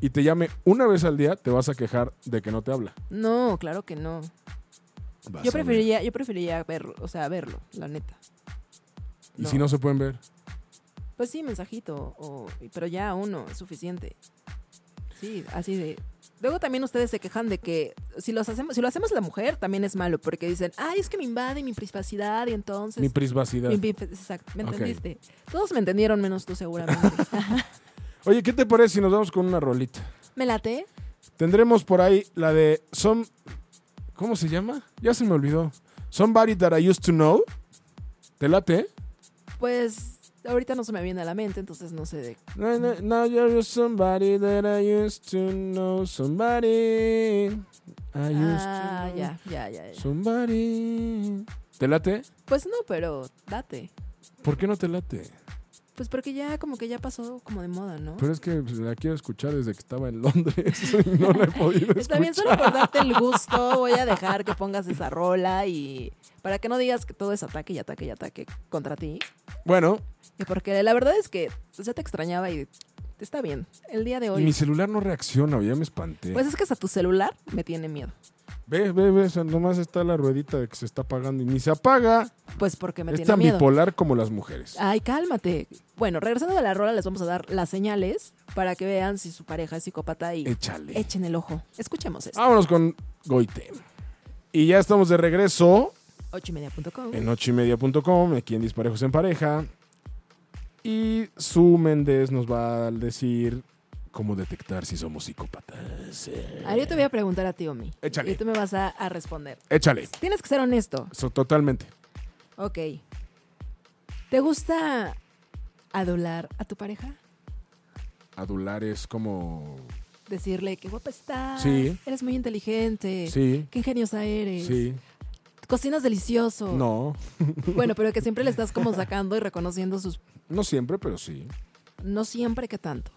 Speaker 2: y te llame una vez al día, te vas a quejar de que no te habla.
Speaker 3: No, claro que no.
Speaker 2: Vas a ver.
Speaker 3: Yo preferiría, yo preferiría verlo, o sea, verlo, la neta.
Speaker 2: Y si no se pueden ver.
Speaker 3: Pues sí, mensajito, o- pero ya uno es suficiente. Sí, así de. Luego también ustedes se quejan de que si, los hacemos, si lo hacemos la mujer también es malo, porque dicen, ay, es que me invade mi privacidad y entonces...
Speaker 2: Mi privacidad.
Speaker 3: Mi pri- Exacto, ¿me
Speaker 2: Ok.
Speaker 3: entendiste? Todos me entendieron menos tú seguramente.
Speaker 2: Oye, ¿qué te parece si nos vamos con una rolita?
Speaker 3: ¿Me late?
Speaker 2: Tendremos por ahí la de Some. ¿Cómo se llama? Ya se me olvidó. Somebody that I used to know. ¿Te late?
Speaker 3: Pues ahorita no se me viene a la mente, entonces no sé de...
Speaker 2: No, no, no, you're somebody that I used to know. Somebody. I used
Speaker 3: Ah,
Speaker 2: to know.
Speaker 3: ya, ya, ya, ya.
Speaker 2: Somebody. ¿Te late?
Speaker 3: Pues no, pero date.
Speaker 2: ¿Por qué no te late?
Speaker 3: Pues porque ya como que ya pasó como de moda, ¿no?
Speaker 2: Pero es que pues, la quiero escuchar desde que estaba en Londres y no la he podido escuchar.
Speaker 3: Está bien, solo por darte el gusto, voy a dejar que pongas esa rola y para que no digas que todo es ataque y ataque y ataque contra ti.
Speaker 2: Bueno,
Speaker 3: Y Porque la verdad es que pues, ya te extrañaba y está bien. El día de
Speaker 2: y
Speaker 3: hoy.
Speaker 2: mi celular no reacciona, ya me espanté.
Speaker 3: Pues es que hasta tu celular me tiene miedo.
Speaker 2: Ve, ve, ve, o sea, nomás está la ruedita de que se está apagando y ni se apaga.
Speaker 3: Pues porque me
Speaker 2: es
Speaker 3: tiene
Speaker 2: tan
Speaker 3: miedo.
Speaker 2: bipolar como las mujeres.
Speaker 3: Ay, cálmate. Bueno, regresando de la rola, les vamos a dar las señales para que vean si su pareja es psicópata y
Speaker 2: Échale. Ah.
Speaker 3: echen el ojo. Escuchemos esto.
Speaker 2: Vámonos con Goitem. Y ya estamos de regreso
Speaker 3: Ochoymedia.com.
Speaker 2: en ochimedia.com, aquí en Disparejos en Pareja. Y su Méndez nos va a decir cómo detectar si somos psicópatas. Eh,
Speaker 3: Ahora yo te voy a preguntar a ti, Omi.
Speaker 2: Échale.
Speaker 3: Y tú me vas a- a responder.
Speaker 2: Échale.
Speaker 3: Tienes que ser honesto.
Speaker 2: Eso, totalmente.
Speaker 3: Ok. ¿Te gusta adular a tu pareja?
Speaker 2: Adular es como...
Speaker 3: Decirle que guapa estás,
Speaker 2: Sí.
Speaker 3: eres muy inteligente,
Speaker 2: Sí,
Speaker 3: qué ingeniosa eres,
Speaker 2: sí.
Speaker 3: cocinas delicioso.
Speaker 2: No,
Speaker 3: Bueno, pero que siempre le estás como sacando y reconociendo sus...
Speaker 2: no siempre, pero sí.
Speaker 3: No siempre que tanto.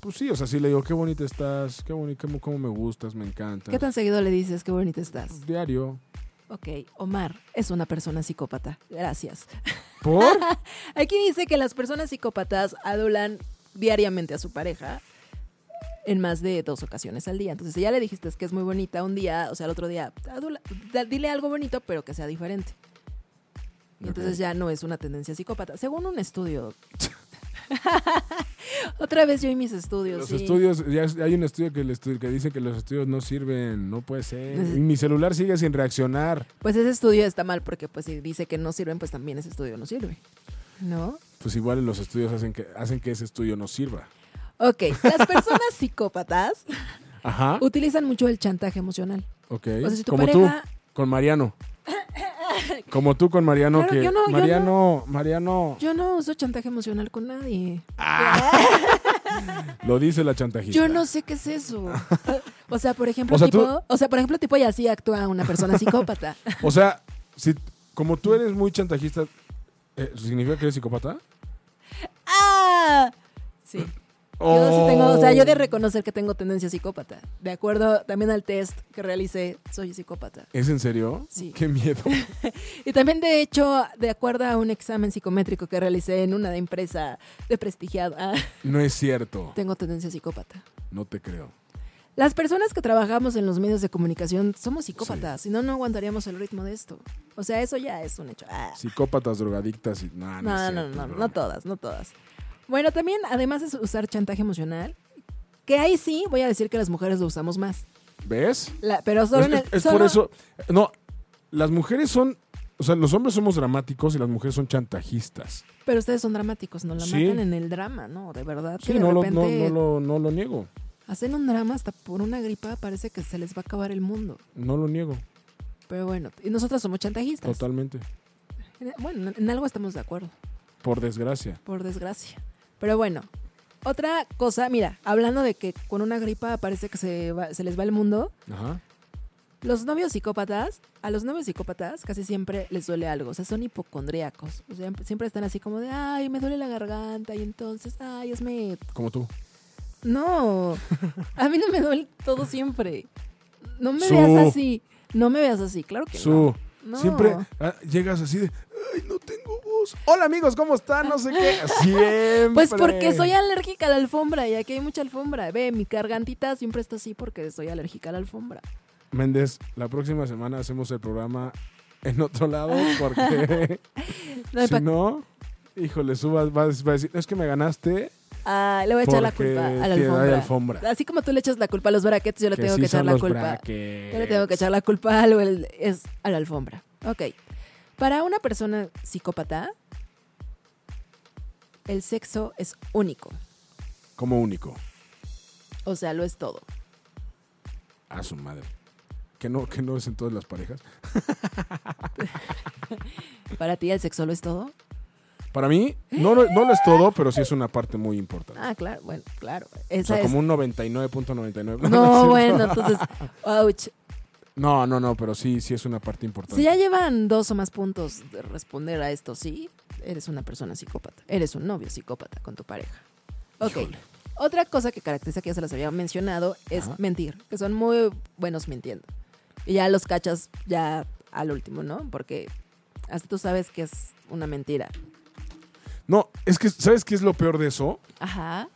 Speaker 2: Pues sí, o sea, sí le digo, qué bonita estás, qué bonita, cómo, cómo me gustas, me encanta.
Speaker 3: ¿Qué tan seguido le dices qué bonita estás?
Speaker 2: Diario.
Speaker 3: Ok, Omar es una persona psicópata. Gracias.
Speaker 2: ¿Por?
Speaker 3: Aquí dice que las personas psicópatas adulan diariamente a su pareja en más de dos ocasiones al día. Entonces, si ya le dijiste que es muy bonita un día, o sea, el otro día, adula- da- dile algo bonito, pero que sea diferente. Y entonces
Speaker 2: Ok.
Speaker 3: ya no es una tendencia psicópata, según un estudio. Otra vez yo y mis estudios.
Speaker 2: Los
Speaker 3: sí.
Speaker 2: estudios, ya es- hay un estudio que, el estu- que dice que los estudios no sirven, no puede ser.
Speaker 3: Neces-
Speaker 2: Y mi celular sigue sin reaccionar.
Speaker 3: Pues ese estudio está mal porque pues si dice que no sirven, pues también ese estudio no sirve. ¿No?
Speaker 2: Pues igual los estudios hacen que, hacen que ese estudio no sirva.
Speaker 3: Ok, las personas psicópatas
Speaker 2: Ajá.
Speaker 3: utilizan mucho el chantaje emocional.
Speaker 2: Ok.
Speaker 3: O sea, si tu
Speaker 2: Como
Speaker 3: pareja-
Speaker 2: tú, con Mariano. Como tú con Mariano,
Speaker 3: Claro,
Speaker 2: que
Speaker 3: yo no, yo
Speaker 2: Mariano, Mariano,
Speaker 3: Yo no uso chantaje emocional con nadie.
Speaker 2: lo dice la chantajista.
Speaker 3: Yo no sé qué es eso. O sea, por ejemplo,
Speaker 2: O sea,
Speaker 3: tipo,
Speaker 2: tú-
Speaker 3: o sea, por ejemplo, tipo y así actúa una persona psicópata.
Speaker 2: O sea, si, como tú eres muy chantajista, eh, ¿significa que eres psicópata?
Speaker 3: ¡Ah! Sí. Yo sí tengo, o sea,
Speaker 2: Oh.
Speaker 3: yo he de reconocer que tengo tendencia psicópata. De acuerdo también al test que realicé, soy psicópata.
Speaker 2: ¿Es en serio?
Speaker 3: Sí.
Speaker 2: Qué miedo.
Speaker 3: Y también, de hecho, de acuerdo a un examen psicométrico que realicé en una empresa de prestigiada,
Speaker 2: No es cierto.
Speaker 3: tengo tendencia psicópata.
Speaker 2: No te creo.
Speaker 3: Las personas que trabajamos en los medios de comunicación somos psicópatas, si no, no aguantaríamos el ritmo de esto. O sea, eso ya es un hecho. Ah.
Speaker 2: Psicópatas, drogadictas y. Nah, Ah, no, es
Speaker 3: No,
Speaker 2: cierto,
Speaker 3: no,
Speaker 2: es
Speaker 3: no,
Speaker 2: broma.
Speaker 3: no todas, no todas. Bueno, también, además es usar chantaje emocional, que ahí sí voy a decir que las mujeres lo usamos más.
Speaker 2: ¿Ves?
Speaker 3: La- pero solo
Speaker 2: es
Speaker 3: en el-
Speaker 2: es- es
Speaker 3: solo-
Speaker 2: por eso. No, las mujeres son. O sea, los hombres somos dramáticos y las mujeres son chantajistas.
Speaker 3: Pero ustedes son dramáticos, no la
Speaker 2: Sí.
Speaker 3: matan en el drama, ¿no? De verdad. que
Speaker 2: Sí,
Speaker 3: de
Speaker 2: no, lo- no,
Speaker 3: repente
Speaker 2: no, lo, no lo niego.
Speaker 3: Hacen un drama hasta por una gripa, parece que se les va a acabar el mundo.
Speaker 2: No lo niego.
Speaker 3: Pero bueno, y nosotras somos chantajistas.
Speaker 2: Totalmente.
Speaker 3: Bueno, en algo estamos de acuerdo.
Speaker 2: Por desgracia.
Speaker 3: Por desgracia. Pero bueno, otra cosa, mira, hablando de que con una gripa parece que se, va- se les va el mundo,
Speaker 2: Ajá.
Speaker 3: los novios psicópatas, a los novios psicópatas casi siempre les duele algo, o sea, son hipocondríacos. O sea, siempre están así como de, ay, me duele la garganta y entonces, ay, es me...
Speaker 2: Como tú.
Speaker 3: No, a mí no me duele todo siempre. No me
Speaker 2: Su.
Speaker 3: veas así. No me veas así, claro que
Speaker 2: Su.
Speaker 3: no.
Speaker 2: Siempre
Speaker 3: No.
Speaker 2: ah, llegas así de, ay, no tengo voz. Hola amigos, ¿cómo están? No sé qué. Siempre.
Speaker 3: Pues porque soy alérgica a la alfombra y aquí hay mucha alfombra. Ve, mi gargantita siempre está así porque soy alérgica a la alfombra.
Speaker 2: Méndez, la próxima semana hacemos el programa en otro lado porque
Speaker 3: No hay
Speaker 2: si
Speaker 3: pa-
Speaker 2: no, híjole, subas, vas, vas a decir, es que me ganaste.
Speaker 3: Ah, le voy a echar la
Speaker 2: Porque
Speaker 3: culpa a la
Speaker 2: te da
Speaker 3: alfombra.
Speaker 2: alfombra.
Speaker 3: Así como tú le echas la culpa a los brackets, yo le tengo
Speaker 2: sí
Speaker 3: que echar
Speaker 2: son
Speaker 3: la
Speaker 2: los
Speaker 3: culpa.
Speaker 2: brackets.
Speaker 3: Yo le tengo que echar la culpa a lo- el- es a la alfombra. Ok. Para una persona psicópata, el sexo es único.
Speaker 2: Como único.
Speaker 3: O sea, lo es todo.
Speaker 2: A su madre. Que no, que no es en todas las parejas.
Speaker 3: Para ti el sexo lo es todo.
Speaker 2: Para mí, no, lo- no lo es todo, pero sí es una parte muy importante.
Speaker 3: ¿Eh? Ah, claro, bueno, claro.
Speaker 2: o
Speaker 3: Esa
Speaker 2: sea,
Speaker 3: es.
Speaker 2: como un 99.99.
Speaker 3: No,
Speaker 2: es cierto.
Speaker 3: bueno, entonces, ouch.
Speaker 2: No, no, no, pero sí, sí es una parte importante.
Speaker 3: Si ya llevan dos o más puntos de responder a esto, sí, eres una persona psicópata. Eres un novio psicópata con tu pareja. Ok.
Speaker 2: Híjole.
Speaker 3: Otra cosa que caracteriza, que ya se las había mencionado, es
Speaker 2: Ajá.
Speaker 3: mentir. Que son muy buenos mintiendo. Y ya los cachas ya al último, ¿no? Porque hasta tú sabes que es una mentira.
Speaker 2: No, es que, ¿sabes qué es lo peor de eso?
Speaker 3: Ajá.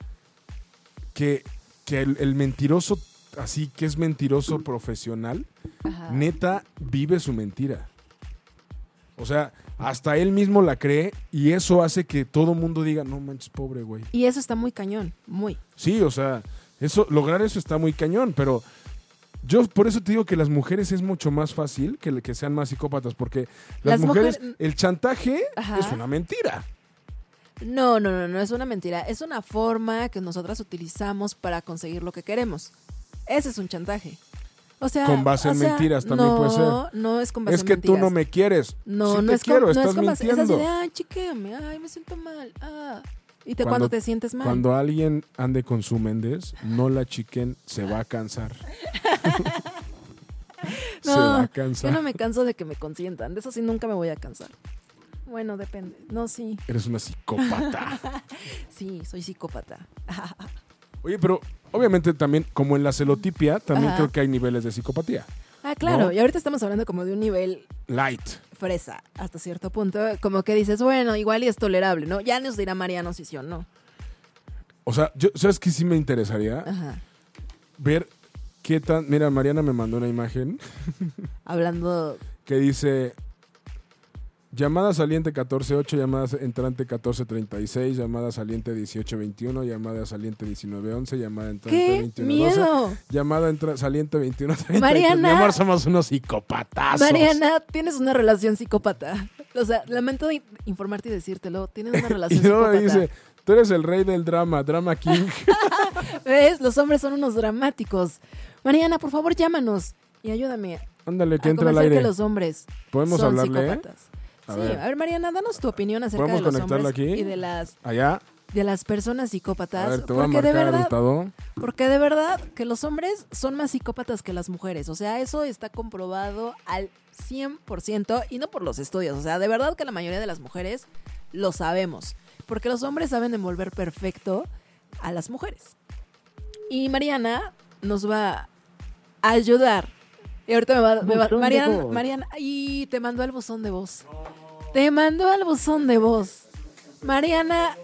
Speaker 2: Que, que el, el mentiroso, así que es mentiroso profesional,
Speaker 3: Ajá.
Speaker 2: neta vive su mentira. O sea, hasta él mismo la cree y eso hace que todo mundo diga, no manches, pobre güey.
Speaker 3: Y eso está muy cañón, muy.
Speaker 2: Sí, o sea, eso, lograr eso está muy cañón, pero yo por eso te digo que las mujeres es mucho más fácil que, que sean más psicópatas, porque las,
Speaker 3: Las
Speaker 2: mujeres,
Speaker 3: mujer-
Speaker 2: el chantaje
Speaker 3: Ajá.
Speaker 2: es una mentira.
Speaker 3: No, no, no, no es una mentira. Es una forma que nosotras utilizamos para conseguir lo que queremos. Ese es un chantaje. O sea,
Speaker 2: Con base en
Speaker 3: o sea,
Speaker 2: mentiras también
Speaker 3: no,
Speaker 2: puede ser.
Speaker 3: No, es con base
Speaker 2: Es
Speaker 3: en
Speaker 2: que tú
Speaker 3: mentiras.
Speaker 2: no me quieres.
Speaker 3: No,
Speaker 2: Sí
Speaker 3: no
Speaker 2: te
Speaker 3: es
Speaker 2: quiero,
Speaker 3: con, no
Speaker 2: estás
Speaker 3: es con base. Es así
Speaker 2: mintiendo.
Speaker 3: de, ay, chiquéame, ay, me siento mal. Ah. Y te,
Speaker 2: Cuando-
Speaker 3: cuando, te sientes mal.
Speaker 2: Cuando alguien ande con su Méndez, no la chiquen, se va a cansar. se
Speaker 3: No,
Speaker 2: va a
Speaker 3: Yo
Speaker 2: cansar.
Speaker 3: no me canso de que me consientan. De eso sí nunca me voy a cansar. Bueno, depende. No, sí.
Speaker 2: Eres una psicópata.
Speaker 3: Sí, soy psicópata.
Speaker 2: Oye, pero obviamente también, como en la celotipia, también
Speaker 3: Ajá.
Speaker 2: creo que hay niveles de psicopatía.
Speaker 3: Ah, claro.
Speaker 2: ¿No?
Speaker 3: Y ahorita estamos hablando como de un nivel
Speaker 2: Light.
Speaker 3: fresa hasta cierto punto, como que dices, bueno, igual y es tolerable, ¿no? Ya nos dirá Mariano si sí o no.
Speaker 2: O sea, yo, ¿sabes qué sí me interesaría?
Speaker 3: Ajá.
Speaker 2: Ver qué tan... Mira, Mariana me mandó una imagen
Speaker 3: Hablando,
Speaker 2: que dice... Llamada saliente 14.8, llamada entrante 14.36, llamada saliente 18.21, llamada saliente 19.11, llamada entrante
Speaker 3: ¡qué
Speaker 2: 21.12,
Speaker 3: miedo!
Speaker 2: llamada entra- saliente 21.30.
Speaker 3: Mariana.
Speaker 2: Mi amor, somos unos psicopatazos.
Speaker 3: Mariana, tienes una relación psicópata. O sea, lamento de informarte y decírtelo, tienes una
Speaker 2: Y
Speaker 3: relación
Speaker 2: luego
Speaker 3: psicópata.
Speaker 2: dice, tú eres el rey del drama, drama king.
Speaker 3: ¿Ves? Los hombres son unos dramáticos. Mariana, por favor, llámanos y ayúdame
Speaker 2: Ándale, que
Speaker 3: a
Speaker 2: entra al
Speaker 3: convencer que
Speaker 2: aire.
Speaker 3: los hombres
Speaker 2: ¿Podemos
Speaker 3: son
Speaker 2: hablarle? ¿eh?
Speaker 3: psicópatas.
Speaker 2: A
Speaker 3: sí,
Speaker 2: ver.
Speaker 3: a ver, Mariana, danos tu opinión acerca de
Speaker 2: ¿Podemos
Speaker 3: los hombres
Speaker 2: conectarlo aquí?
Speaker 3: y de las,
Speaker 2: Allá.
Speaker 3: de las personas
Speaker 2: A
Speaker 3: psicópatas.
Speaker 2: ver, te voy a
Speaker 3: porque de
Speaker 2: marcar el
Speaker 3: verdad,
Speaker 2: estado.
Speaker 3: Porque de verdad que los hombres son más psicópatas que las mujeres. O sea, eso está comprobado al 100% y no por los estudios. O sea, de verdad que la mayoría de las mujeres lo sabemos. Porque los hombres saben envolver perfecto a las mujeres. Y Mariana nos va a ayudar. Y ahorita me va, me va- Mariana, Mariana, y te mandó al buzón de voz. Te mandó al buzón de voz. Mariana,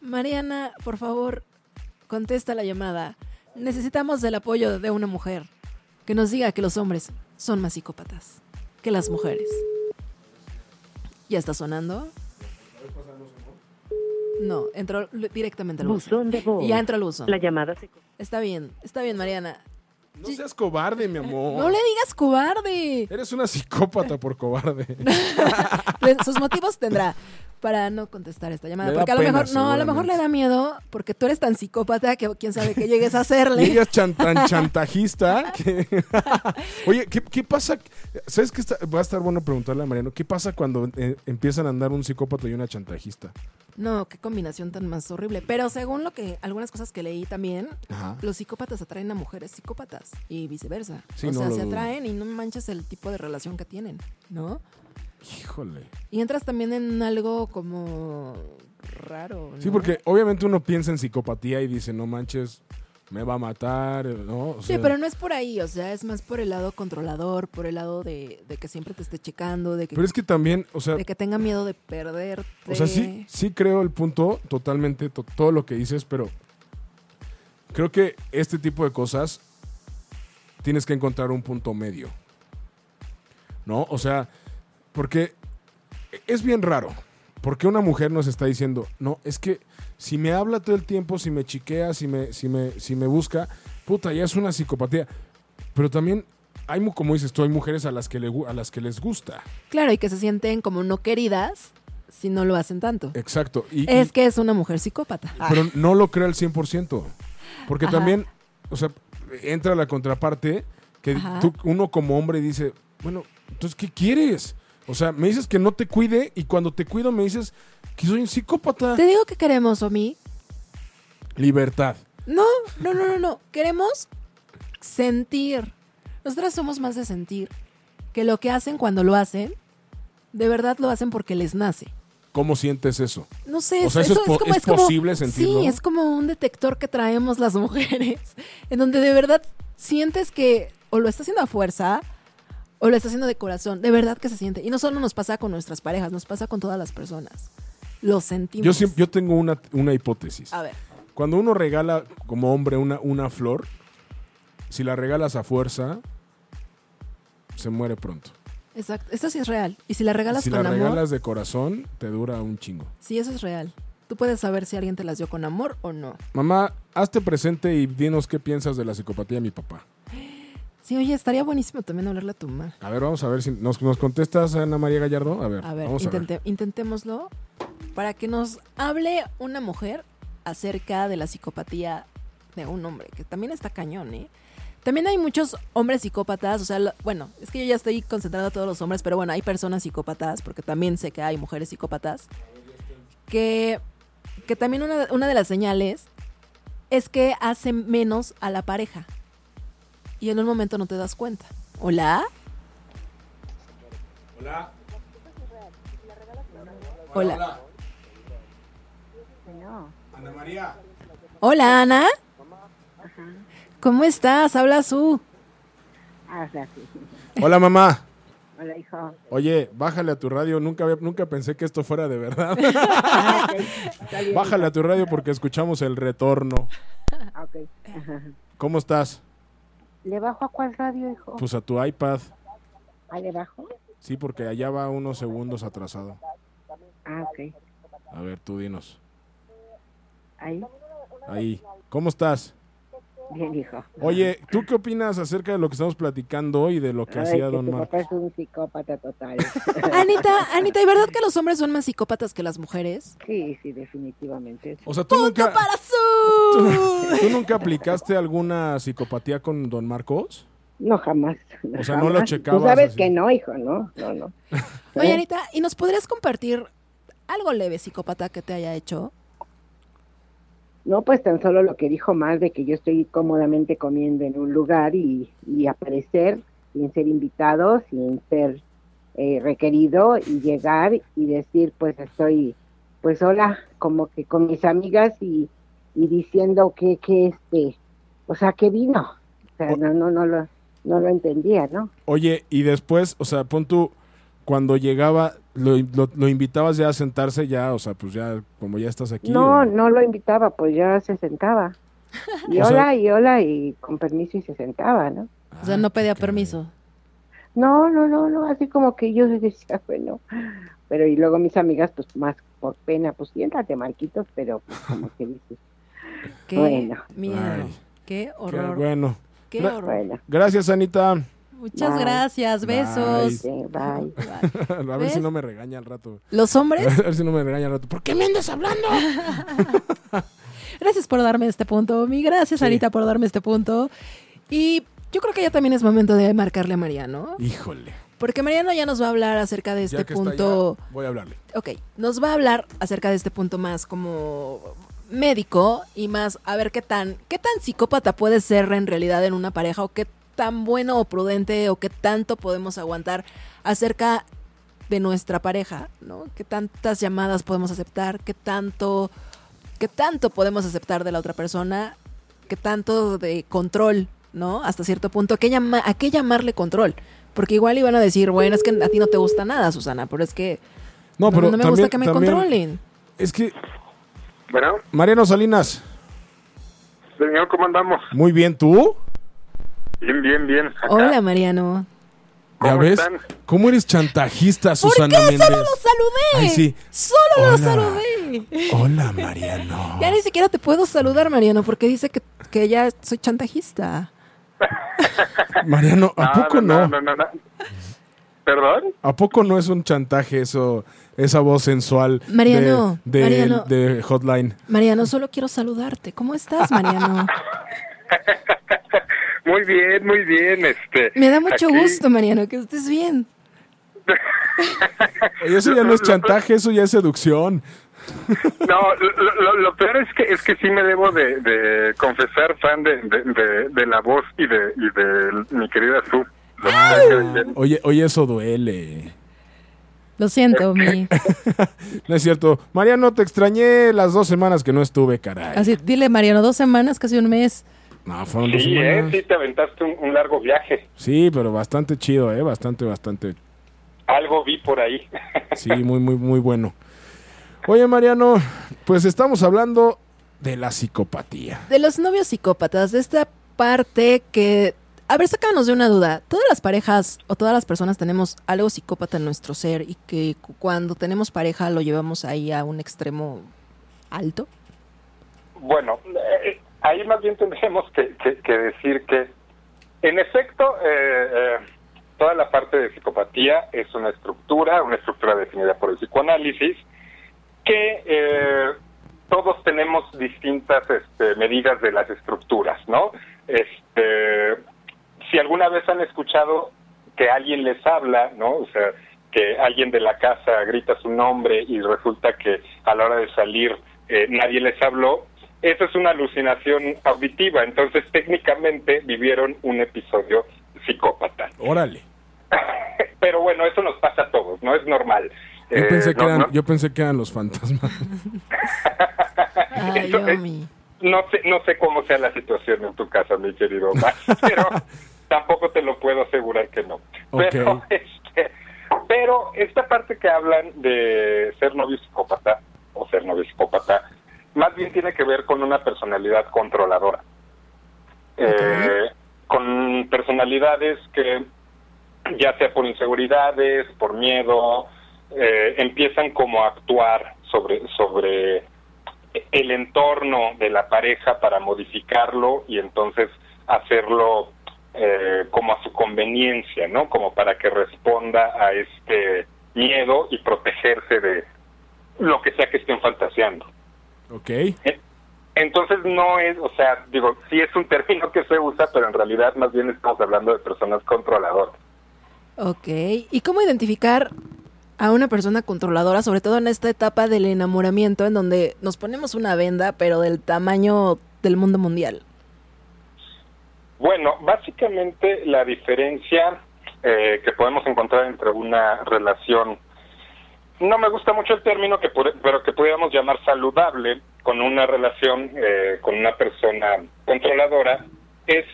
Speaker 3: Mariana, por favor, contesta la llamada. Necesitamos el apoyo de una mujer que nos diga que los hombres son más psicópatas que las mujeres. ¿Ya está sonando? No, entró l- directamente al buzón.
Speaker 5: Buzón de voz.
Speaker 3: Ya entró al buzón.
Speaker 5: La llamada se...
Speaker 3: Está bien, está bien, Mariana.
Speaker 2: No seas cobarde, mi amor.
Speaker 3: Eh, No le digas cobarde.
Speaker 2: Eres una psicópata por cobarde.
Speaker 3: Pues, Sus motivos tendrá para no contestar esta llamada.
Speaker 2: Le da
Speaker 3: Porque a lo
Speaker 2: pena,
Speaker 3: mejor, no, a lo mejor le da miedo porque tú eres tan psicópata que quién sabe qué llegues a
Speaker 2: Y ella
Speaker 3: hacerle.
Speaker 2: es chan- tan chantajista que... Oye, ¿qué, qué pasa? ¿Sabes qué? está- Va a estar bueno preguntarle a Mariano. ¿Qué pasa cuando eh, empiezan a andar un psicópata y una chantajista?
Speaker 3: No, qué combinación tan más horrible. Pero según lo que algunas cosas que leí también,
Speaker 2: Ajá.
Speaker 3: los psicópatas atraen a mujeres psicópatas y viceversa.
Speaker 2: Sí,
Speaker 3: o
Speaker 2: no
Speaker 3: sea,
Speaker 2: lo
Speaker 3: se
Speaker 2: dudo.
Speaker 3: atraen y no manches el tipo de relación que tienen, ¿no?
Speaker 2: Híjole.
Speaker 3: Y entras también en algo como raro.
Speaker 2: Sí,
Speaker 3: ¿no? Mm.
Speaker 2: porque obviamente uno piensa en psicopatía y dice, no manches, me va a matar, ¿no? O
Speaker 3: Sí,
Speaker 2: sea,
Speaker 3: pero no es por ahí, o sea, es más por el lado controlador, por el lado de, de que siempre te esté checando, de que,
Speaker 2: pero es que también, o sea,
Speaker 3: de que tenga miedo de perderte.
Speaker 2: o sea, sí, sí creo el punto totalmente, to- todo lo que dices, pero creo que este tipo de cosas tienes que encontrar un punto medio. ¿No? O sea, porque es bien raro. Porque una mujer nos está diciendo, no, es que si me habla todo el tiempo, si me chiquea, si me, si me, si me busca, puta, ya es una psicopatía. Pero también hay, mu- como dices tú, hay mujeres a las que, le gu- a las que les gusta.
Speaker 3: Claro, y que se sienten como no queridas si no lo hacen tanto.
Speaker 2: Exacto. Eh, Y, Ah.
Speaker 3: es
Speaker 2: y-
Speaker 3: que es una mujer psicópata.
Speaker 2: Pero no lo creo al 100%. Porque
Speaker 3: Ajá.
Speaker 2: también, o sea, entra la contraparte que
Speaker 3: Ajá.
Speaker 2: tú- uno como hombre dice, bueno, entonces, ¿qué quieres? O sea, me dices que no te cuide y cuando te cuido me dices que soy un psicópata.
Speaker 3: Te digo que queremos, Omi.
Speaker 2: Libertad.
Speaker 3: No, no, no, no, no. Queremos sentir. Nosotras somos más de sentir que lo que hacen cuando lo hacen, de verdad lo hacen porque les nace.
Speaker 2: ¿Cómo sientes eso?
Speaker 3: No sé,
Speaker 2: O sea, eso es po- es posible sentirlo.
Speaker 3: Sí, es como un detector que traemos las mujeres, en donde de verdad sientes que o lo está haciendo a fuerza o lo está haciendo de corazón, de verdad que se siente. Y no solo nos pasa con nuestras parejas, nos pasa con todas las personas. Lo sentimos.
Speaker 2: Yo, siempre, yo tengo una, una hipótesis.
Speaker 3: A ver,
Speaker 2: Cuando uno regala como hombre una, una flor, si la regalas a fuerza, se muere pronto.
Speaker 3: exacto. Esto sí es real. Y si la regalas
Speaker 2: si la
Speaker 3: con amor,
Speaker 2: regalas de corazón, te dura un chingo.
Speaker 3: sí, eso es real. Tú puedes saber si alguien te las dio con amor o no.
Speaker 2: Mamá, hazte presente y dinos qué piensas de la psicopatía de mi papá.
Speaker 3: Sí, oye, estaría buenísimo también hablarle a tu mamá.
Speaker 2: A ver, vamos a ver si nos, nos contestas, Ana María Gallardo. A ver,
Speaker 3: A ver,
Speaker 2: vamos
Speaker 3: intente- intentémoslo para que nos hable una mujer acerca de la psicopatía de un hombre, que también está cañón, ¿eh? También hay muchos hombres psicópatas, o sea, lo- bueno, es que yo ya estoy concentrando a todos los hombres, pero bueno, hay personas psicópatas, porque también sé que hay mujeres psicópatas, que, que también una, una de las señales es que hacen menos a la pareja y en un momento no te das cuenta. Hola. Hola. Hola.
Speaker 2: Ana María.
Speaker 3: Hola, Ana. ¿Cómo estás? Habla su.
Speaker 5: Hazla así.
Speaker 2: Hola, mamá.
Speaker 5: Hola, hijo.
Speaker 2: Oye, bájale a tu radio. Nunca, había- nunca pensé que esto fuera de verdad.
Speaker 5: Ah, ok. Está bien,
Speaker 2: bájale a tu radio porque escuchamos el retorno.
Speaker 5: hijo. Ah, Ok.
Speaker 2: ¿Cómo estás?
Speaker 5: ¿Le bajo a cuál radio, hijo?
Speaker 2: Pues a tu iPad.
Speaker 5: ¿Ah, le bajo?
Speaker 2: Sí, porque allá va unos segundos atrasado.
Speaker 5: Ah, ok.
Speaker 2: A ver, tú dinos.
Speaker 5: Ahí.
Speaker 2: Ahí. ¿Cómo estás?
Speaker 5: Bien, hijo.
Speaker 2: Oye, ¿tú qué opinas acerca de lo que estamos platicando hoy, de lo que
Speaker 5: Ay,
Speaker 2: hacía
Speaker 5: que
Speaker 2: Don
Speaker 5: tu
Speaker 2: Marco?
Speaker 5: papá es un psicópata total.
Speaker 3: Anita, Anita, ¿y verdad que los hombres son más psicópatas que las mujeres?
Speaker 5: sí, sí, definitivamente.
Speaker 2: O sea, tú nunca...
Speaker 3: ¡Para su!
Speaker 2: ¿Tú nunca aplicaste alguna psicopatía con don Marcos?
Speaker 5: No, jamás.
Speaker 2: O sea, no lo
Speaker 5: jamás.
Speaker 2: checabas
Speaker 5: Tú sabes
Speaker 2: así.
Speaker 5: que no, hijo, no, no, no.
Speaker 3: Oye,
Speaker 5: ¿Eh?
Speaker 3: Anita, ¿y nos podrías compartir algo leve psicópata que te haya hecho?
Speaker 5: No, pues tan solo lo que dijo más de que yo estoy cómodamente comiendo en un lugar y, y aparecer sin ser invitado, sin ser eh, requerido y llegar y decir, pues estoy, pues hola, como que con mis amigas y, y diciendo que, que este, o sea, que vino. O sea, no, no, no lo, no lo entendía, ¿no?
Speaker 2: Oye, y después, o sea, pon tú, cuando llegaba, lo, lo- lo invitabas ya a sentarse, ya, o sea, pues ya, como ya estás aquí.
Speaker 5: No,
Speaker 2: o-
Speaker 5: no lo invitaba, pues ya se sentaba. Y
Speaker 2: O sea-
Speaker 5: hola, y hola, y con permiso y se sentaba, ¿no?
Speaker 3: O sea,
Speaker 2: Ah,
Speaker 3: no
Speaker 2: qué
Speaker 3: pedía
Speaker 2: caray.
Speaker 3: permiso.
Speaker 5: No, no, no, no, así como que yo decía, bueno, pero y luego mis amigas, pues más por pena, pues siéntate, Marquitos, pero pues, como que dices,
Speaker 3: ¡Qué
Speaker 5: Bueno.
Speaker 3: miedo!
Speaker 2: Ay.
Speaker 3: ¡Qué
Speaker 2: Qué
Speaker 3: horror!
Speaker 2: bueno.
Speaker 3: ¡Qué
Speaker 2: gra-
Speaker 3: horror!
Speaker 5: bueno,
Speaker 2: Gracias, Anita.
Speaker 3: Muchas
Speaker 5: Bye.
Speaker 3: gracias, besos.
Speaker 5: sí, bye.
Speaker 3: Bye.
Speaker 2: A ver
Speaker 3: ¿Ves?
Speaker 2: si no me regaña al rato.
Speaker 3: Los
Speaker 2: A
Speaker 3: hombres,
Speaker 2: ver si no me regaña al rato. ¿Por qué me andas hablando?
Speaker 3: gracias por darme este punto, mi gracias,
Speaker 2: Sí.
Speaker 3: Anita, por darme este punto. Y yo creo que ya también es momento de marcarle a Mariano.
Speaker 2: Híjole.
Speaker 3: Porque Mariano ya nos va a hablar acerca de
Speaker 2: ya
Speaker 3: este
Speaker 2: que está
Speaker 3: punto.
Speaker 2: allá, voy a hablarle.
Speaker 3: Ok, nos va a hablar acerca de este punto más como médico y más a ver qué tan, qué tan psicópata puede ser en realidad en una pareja o qué tan bueno o prudente o qué tanto podemos aguantar acerca de nuestra pareja, ¿no? Qué tantas llamadas podemos aceptar, qué tanto, qué tanto podemos aceptar de la otra persona qué tanto de control, ¿no? Hasta cierto punto, ¿a qué, llama- a qué llamarle control? Porque igual iban a decir, bueno, es que a ti no te gusta nada, Susana, pero es que
Speaker 2: No,
Speaker 3: no,
Speaker 2: pero
Speaker 3: no me
Speaker 2: también-
Speaker 3: gusta que me
Speaker 2: también-
Speaker 3: controlen.
Speaker 2: Es que,
Speaker 6: Bueno,
Speaker 2: Mariano Salinas,
Speaker 6: señor, ¿cómo andamos?
Speaker 2: muy bien, ¿tú?
Speaker 6: Bien, bien, bien. acá.
Speaker 3: Hola, Mariano.
Speaker 2: Ah. ¿Ya
Speaker 6: ¿Cómo
Speaker 2: ves?
Speaker 6: están?
Speaker 2: ¿Cómo eres chantajista,
Speaker 3: ¿Por qué?
Speaker 2: Susana Méndez?
Speaker 3: Solo los saludé.
Speaker 2: Ay, sí.
Speaker 3: Solo los
Speaker 2: Hola.
Speaker 3: saludé.
Speaker 2: Hola, Mariano.
Speaker 3: Ya ni siquiera te puedo saludar, Mariano, porque dice que, que ya soy chantajista.
Speaker 2: Mariano, ¿a
Speaker 6: No,
Speaker 2: poco
Speaker 6: no,
Speaker 2: no?
Speaker 6: no, no, no. ¿Perdón?
Speaker 2: ¿A poco no es un chantaje eso, esa voz sensual de-
Speaker 3: Mariano,
Speaker 2: de,
Speaker 3: Mariano.
Speaker 2: de Hotline?
Speaker 3: Mariano, solo quiero saludarte. ¿Cómo estás, Mariano?
Speaker 6: Muy bien, muy bien. Este,
Speaker 3: Me da mucho
Speaker 6: aquí-
Speaker 3: gusto, Mariano, que estés bien.
Speaker 2: Oye, eso ya no es chantaje, eso ya es seducción.
Speaker 6: No, lo, lo- lo peor es que es que sí me debo de, de confesar fan de, de, de- de la voz y de, y de mi querida Su. Lo que pasa es que-
Speaker 2: Oye, oye, eso duele.
Speaker 3: Lo siento, mi.
Speaker 2: No es cierto. Mariano, te extrañé las dos semanas que no estuve, caray.
Speaker 3: Así, dile, Mariano, dos semanas, casi un mes.
Speaker 2: No, fueron
Speaker 3: Pues,
Speaker 2: dos
Speaker 6: Sí, eh,
Speaker 2: semanas.
Speaker 6: sí te aventaste un, un largo viaje.
Speaker 2: Sí, pero bastante chido, ¿eh? Bastante, bastante.
Speaker 6: Algo vi por ahí.
Speaker 2: Sí, muy, muy, muy bueno. Oye, Mariano, pues estamos hablando de la psicopatía.
Speaker 3: De los novios psicópatas, de esta parte que. A ver, sácanos de una duda. Todas las parejas o todas las personas tenemos algo psicópata en nuestro ser y que cu- cuando tenemos pareja lo llevamos ahí a un extremo alto.
Speaker 6: Bueno, eh, ahí más bien tendremos que, que- que decir que, en efecto, eh, eh, toda la parte de psicopatía es una estructura, una estructura definida por el psicoanálisis, que eh, todos tenemos distintas este, medidas de las estructuras, ¿no? Este, si alguna vez han escuchado que alguien les habla, ¿no? O sea, que alguien de la casa grita su nombre y resulta que a la hora de salir eh, nadie les habló, eso es una alucinación auditiva. Entonces, técnicamente vivieron un episodio psicópata.
Speaker 2: Órale.
Speaker 6: Pero bueno, eso nos pasa a todos, ¿no? Es normal.
Speaker 2: Yo,
Speaker 6: Eh,
Speaker 2: pensé, que
Speaker 6: no-
Speaker 2: eran,
Speaker 6: no-
Speaker 2: yo pensé que eran los fantasmas.
Speaker 3: Ay,
Speaker 6: Eso es-
Speaker 3: Omi.
Speaker 6: No sé, no sé cómo sea la situación en tu casa, mi querido Omar, pero tampoco te lo puedo asegurar que no. Pero,
Speaker 2: Ok.
Speaker 6: este, pero esta parte que hablan de ser novio psicópata o ser novio psicópata, más bien tiene que ver con una personalidad controladora. Eh, con personalidades que, ya sea por inseguridades, por miedo, eh, empiezan como a actuar sobre, sobre el entorno de la pareja para modificarlo y entonces hacerlo eh, como a su conveniencia, ¿no? Como para que responda a este miedo y protegerse de lo que sea que estén fantaseando.
Speaker 2: Ok.
Speaker 6: Entonces no es, o sea, digo, sí es un término que se usa, pero en realidad más bien estamos hablando de personas controladoras.
Speaker 3: Ok. ¿Y cómo identificar a una persona controladora, sobre todo en esta etapa del enamoramiento, en donde nos ponemos una venda, pero del tamaño del mundo mundial?
Speaker 6: Bueno, básicamente la diferencia eh, que podemos encontrar entre una relación, no me gusta mucho el término, que pu- pero que pudiéramos llamar saludable con una relación eh, con una persona controladora, es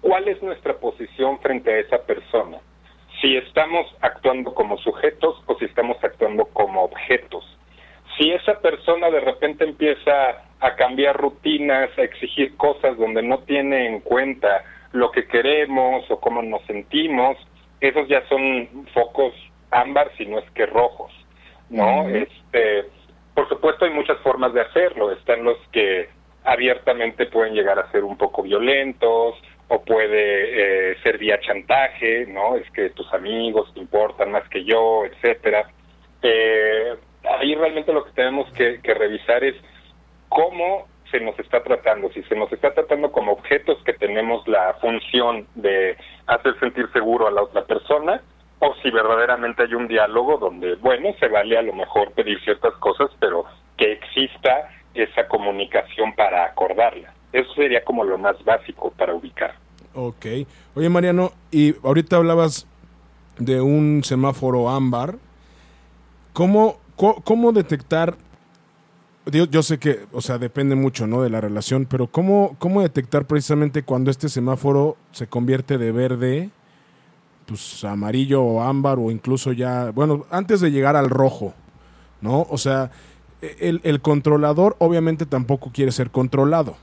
Speaker 6: cuál es nuestra posición frente a esa persona. Si estamos actuando como sujetos o si estamos actuando como objetos. Si esa persona de repente empieza a cambiar rutinas, a exigir cosas donde no tiene en cuenta lo que queremos o cómo nos sentimos, esos ya son focos ámbar, si no es que rojos, ¿no? Este, por supuesto hay muchas formas de hacerlo, están los que abiertamente pueden llegar a ser un poco violentos o puede eh, ser vía chantaje, ¿no? Es que tus amigos te importan más que yo, etcétera. Eh, ahí realmente lo que tenemos que, que revisar es cómo se nos está tratando, si se nos está tratando como objetos que tenemos la función de hacer sentir seguro a la otra persona, o si verdaderamente hay un diálogo donde, bueno, se vale a lo mejor pedir ciertas cosas, pero que exista esa comunicación para acordarla. Eso sería como lo más básico para ubicar.
Speaker 2: Ok. Oye, Mariano, y ahorita hablabas de un semáforo ámbar. ¿Cómo, co- cómo detectar Yo, yo sé que, o sea, depende mucho, ¿no? De la relación, pero ¿cómo, ¿cómo detectar precisamente cuando este semáforo se convierte de verde, pues amarillo o ámbar o incluso ya, bueno, antes de llegar al rojo, ¿no? O sea, e, el, el controlador obviamente tampoco quiere ser controlado,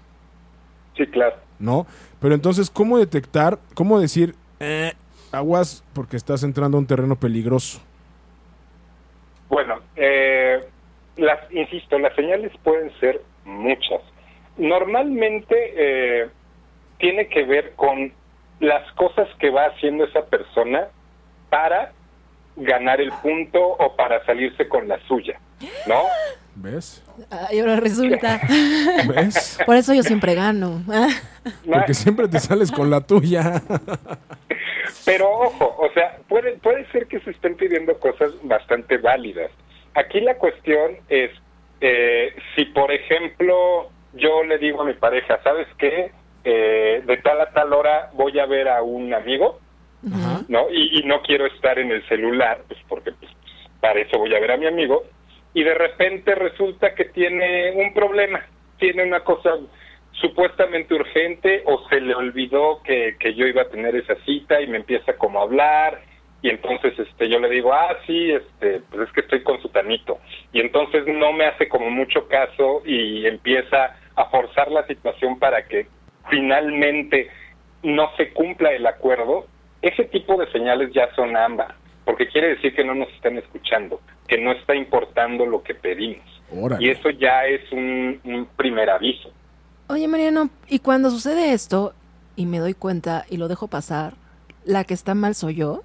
Speaker 6: Sí, claro.
Speaker 2: ¿no? Pero entonces, ¿cómo detectar, cómo decir, "Eh, aguas porque estás entrando a un terreno peligroso?
Speaker 6: Bueno, eh, las, insisto, las señales pueden ser muchas. Normalmente eh, tiene que ver con las cosas que va haciendo esa persona para ganar el punto o para salirse con la suya, ¿no?
Speaker 2: ¿Ves?
Speaker 3: Ay, ahora resulta.
Speaker 2: ¿Ves?
Speaker 3: Por eso yo siempre gano.
Speaker 6: Ma-
Speaker 2: Porque siempre te sales con la tuya.
Speaker 6: Pero ojo, o sea, puede, puede ser que se estén pidiendo cosas bastante válidas. Aquí la cuestión es, eh, si por ejemplo yo le digo a mi pareja, ¿sabes qué? Eh, de tal a tal hora voy a ver a un amigo,
Speaker 2: Ajá.
Speaker 6: ¿no? Y, y no quiero estar en el celular, pues porque pues, para eso voy a ver a mi amigo. Y de repente resulta que tiene un problema, tiene una cosa supuestamente urgente o se le olvidó que, que yo iba a tener esa cita y me empieza como a hablar y entonces este yo le digo ah sí este pues es que estoy con su tanito y entonces no me hace como mucho caso y empieza a forzar la situación para que finalmente no se cumpla el acuerdo ese tipo de señales ya son ámbar porque quiere decir que no nos están escuchando que no está importando lo que pedimos
Speaker 2: Órale.
Speaker 6: y eso ya es un- un primer aviso
Speaker 3: Oye, Mariano, y cuando sucede esto y me doy cuenta y lo dejo pasar, la que está mal soy yo.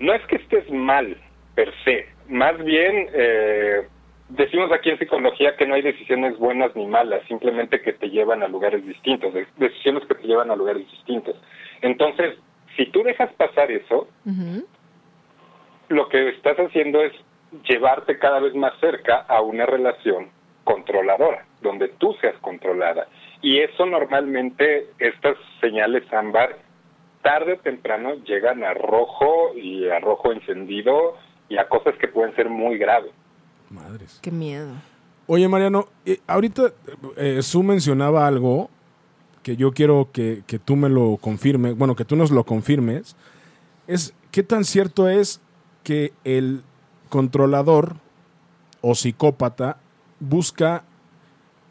Speaker 6: No es que estés mal, per se. Más bien, eh, decimos aquí en psicología que no hay decisiones buenas ni malas, simplemente que te llevan a lugares distintos, de- decisiones que te llevan a lugares distintos. Entonces, si tú dejas pasar eso,
Speaker 3: Ujú.
Speaker 6: lo que estás haciendo es llevarte cada vez más cerca a una relación controladora, donde tú seas controlada. Y eso normalmente, estas señales ámbar, tarde o temprano llegan a rojo y a rojo encendido y a cosas que pueden ser muy graves.
Speaker 2: Madres.
Speaker 3: Qué miedo.
Speaker 2: Oye, Mariano, eh, ahorita eh, Su mencionaba algo que yo quiero que, que tú me lo confirmes, bueno, que tú nos lo confirmes, es qué tan cierto es que el controlador o psicópata busca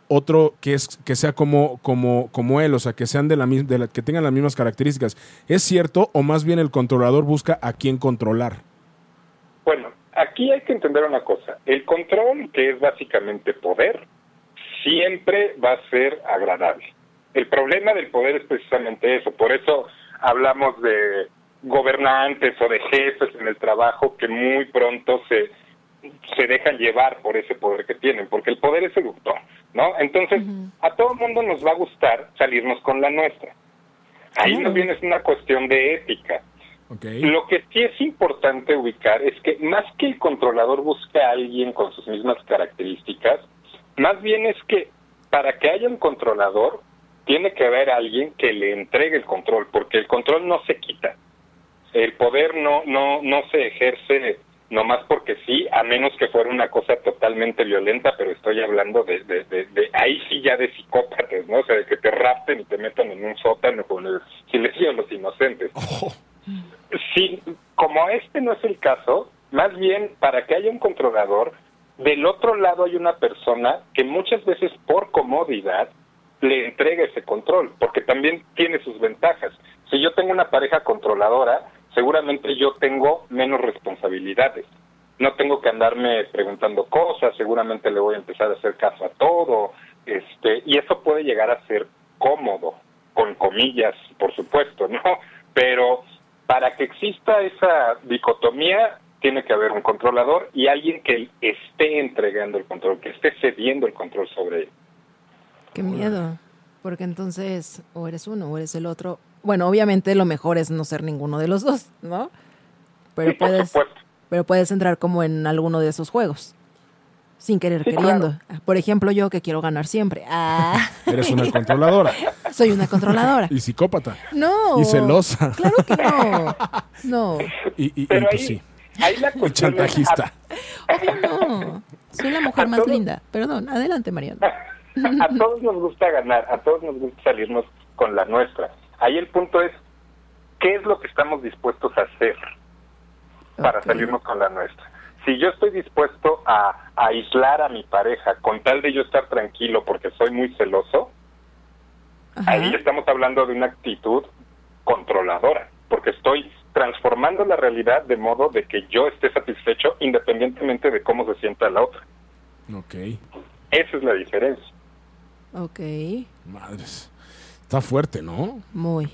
Speaker 2: otro que es que sea como como como él, o sea, que sean de la, mis- de la- que tengan las mismas características. ¿Es cierto o más bien el controlador busca a quién controlar?
Speaker 6: Bueno, aquí hay que entender una cosa. El control, que es básicamente poder, siempre va a ser agradable. El problema del poder es precisamente eso. Por eso hablamos de gobernantes o de jefes en el trabajo que muy pronto se, se dejan llevar por ese poder que tienen, porque el poder es seductor, ¿no? Entonces, a todo mundo nos va a gustar salirnos con la nuestra. Ahí
Speaker 3: Claro.
Speaker 6: más bien es una cuestión de ética.
Speaker 2: ¿ok?
Speaker 6: Lo que sí es importante ubicar es que más que el controlador busque a alguien con sus mismas características, más bien es que para que haya un controlador, tiene que haber alguien que le entregue el control, porque el control no se quita. El poder no, no, no se ejerce nomás porque sí, a menos que fuera una cosa totalmente violenta, pero estoy hablando de, de, de- de- ahí sí ya de psicópatas, ¿no? O sea, de que te rapten y te metan en un sótano con el silencio de los inocentes. Sí, como este no es el caso, más bien para que haya un controlador, del otro lado hay una persona que muchas veces por comodidad le entrega ese control, porque también tiene sus ventajas. Si yo tengo una pareja controladora, seguramente yo tengo menos responsabilidades. No tengo que andarme preguntando cosas, seguramente le voy a empezar a hacer caso a todo, este, y eso puede llegar a ser cómodo, con comillas, por supuesto, ¿no? Pero para que exista esa dicotomía, tiene que haber un controlador y alguien que esté entregando el control, que esté cediendo el control sobre él.
Speaker 3: Qué miedo. Porque entonces o eres uno o eres el otro. Bueno, obviamente lo mejor es no ser ninguno de los dos, ¿no? Pero
Speaker 6: Sí, por
Speaker 3: puedes,
Speaker 6: supuesto.
Speaker 3: pero puedes entrar como en alguno de esos juegos. Sin querer
Speaker 6: Sí,
Speaker 3: queriendo. Ah, Por ejemplo, yo que quiero ganar siempre. Ah,
Speaker 2: Eres una controladora
Speaker 3: soy una controladora.
Speaker 2: y psicópata.
Speaker 3: No.
Speaker 2: Y celosa.
Speaker 3: Claro que no. No.
Speaker 2: Y, y,
Speaker 6: Pero
Speaker 2: y tú
Speaker 6: ahí,
Speaker 2: sí.
Speaker 6: ahí la
Speaker 2: Y
Speaker 6: cuestión es-
Speaker 2: chantajista.
Speaker 3: Obvio no. Soy la mujer más linda. Perdón, adelante, Mariana.
Speaker 6: a todos nos gusta ganar, a todos nos gusta salirnos con la nuestra. Ahí el punto es, ¿qué es lo que estamos dispuestos a hacer para
Speaker 3: Ok.
Speaker 6: salirnos con la nuestra? Si yo estoy dispuesto a, a aislar a mi pareja con tal de yo estar tranquilo porque soy muy celoso,
Speaker 3: Ajá.
Speaker 6: ahí estamos hablando de una actitud controladora, porque estoy transformando la realidad de modo de que yo esté satisfecho independientemente de cómo se sienta la otra.
Speaker 2: Ok,
Speaker 6: Esa es la diferencia.
Speaker 3: Ok,
Speaker 2: madres. Está fuerte, ¿no?
Speaker 3: muy.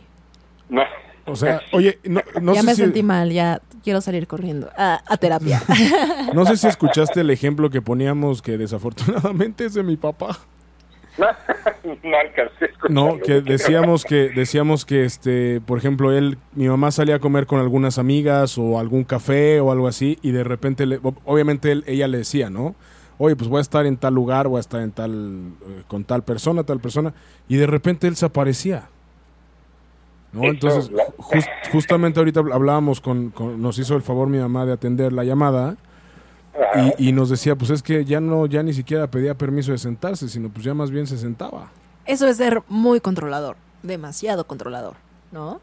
Speaker 6: No.
Speaker 2: O sea, oye, no, no
Speaker 3: ya
Speaker 2: sé
Speaker 3: me
Speaker 2: si...
Speaker 3: sentí mal, ya quiero salir corriendo a, a terapia.
Speaker 2: No sé si escuchaste el ejemplo que poníamos que desafortunadamente es de mi papá.
Speaker 6: No, no alcancé a
Speaker 2: No,
Speaker 6: escucharlo.
Speaker 2: que decíamos que decíamos que este, por ejemplo, él mi mamá salía a comer con algunas amigas o algún café o algo así y de repente le- ob- obviamente él- ella le decía, ¿no? Oye, pues voy a estar en tal lugar, voy a estar en tal eh, con tal persona, tal persona y de repente él se aparecía. ¿No?
Speaker 6: Eso,
Speaker 2: Entonces,
Speaker 6: la-
Speaker 2: ju- jus- justamente ahorita hablábamos con- con nos hizo el favor mi mamá de atender la llamada.
Speaker 6: Ah,
Speaker 2: Y, y nos decía, pues es que ya no, ya ni siquiera pedía permiso de sentarse, sino pues ya más bien se sentaba.
Speaker 3: Eso es ser muy controlador, demasiado controlador, ¿no?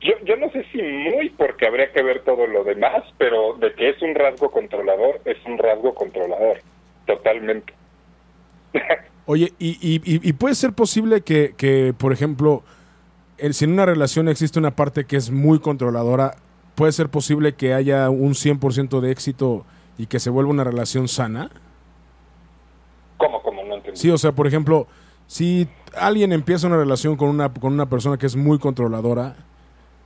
Speaker 6: yo, yo no sé si muy, porque habría que ver todo lo demás, pero de que es un rasgo controlador, es un rasgo controlador, totalmente.
Speaker 2: Oye, y, y- y- y puede ser posible que, que, por ejemplo, el- si en una relación existe una parte que es muy controladora, puede ser posible que haya un 100% de éxito y que se vuelva una relación sana.
Speaker 6: ¿Cómo, cómo? No entendí.
Speaker 2: Sí, o sea, por ejemplo, si alguien empieza una relación con una, con una persona que es muy controladora,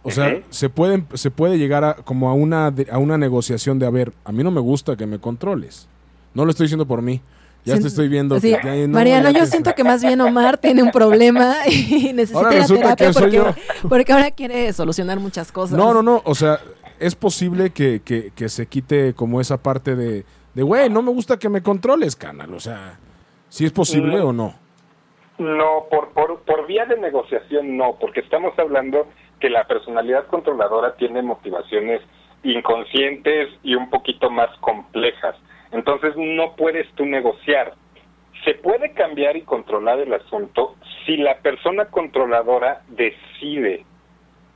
Speaker 2: o sea,
Speaker 6: Ujú.
Speaker 2: se, puede, se puede llegar a, como a una, de- a una negociación de, a ver, a mí no me gusta que me controles. No lo estoy diciendo por mí. Ya
Speaker 3: Sien-
Speaker 2: te estoy viendo.
Speaker 3: Sí.
Speaker 2: que ya- no,
Speaker 3: Mariana,
Speaker 2: ya
Speaker 3: yo
Speaker 2: te-
Speaker 3: siento que más bien Omar tiene un problema y necesita
Speaker 2: Ahora
Speaker 3: ir a
Speaker 2: resulta
Speaker 3: terapia
Speaker 2: que soy
Speaker 3: porque, porque ahora quiere solucionar muchas cosas.
Speaker 2: No, no, no. O sea, es posible que, que- que se quite como esa parte de, de, güey, no me gusta que me controles, canal. O sea, si es posible
Speaker 6: No.
Speaker 2: o no.
Speaker 6: No, por, por, por vía de negociación no, porque estamos hablando que la personalidad controladora tiene motivaciones inconscientes y un poquito más complejas. Entonces no puedes tú negociar. Se puede cambiar y controlar el asunto si la persona controladora decide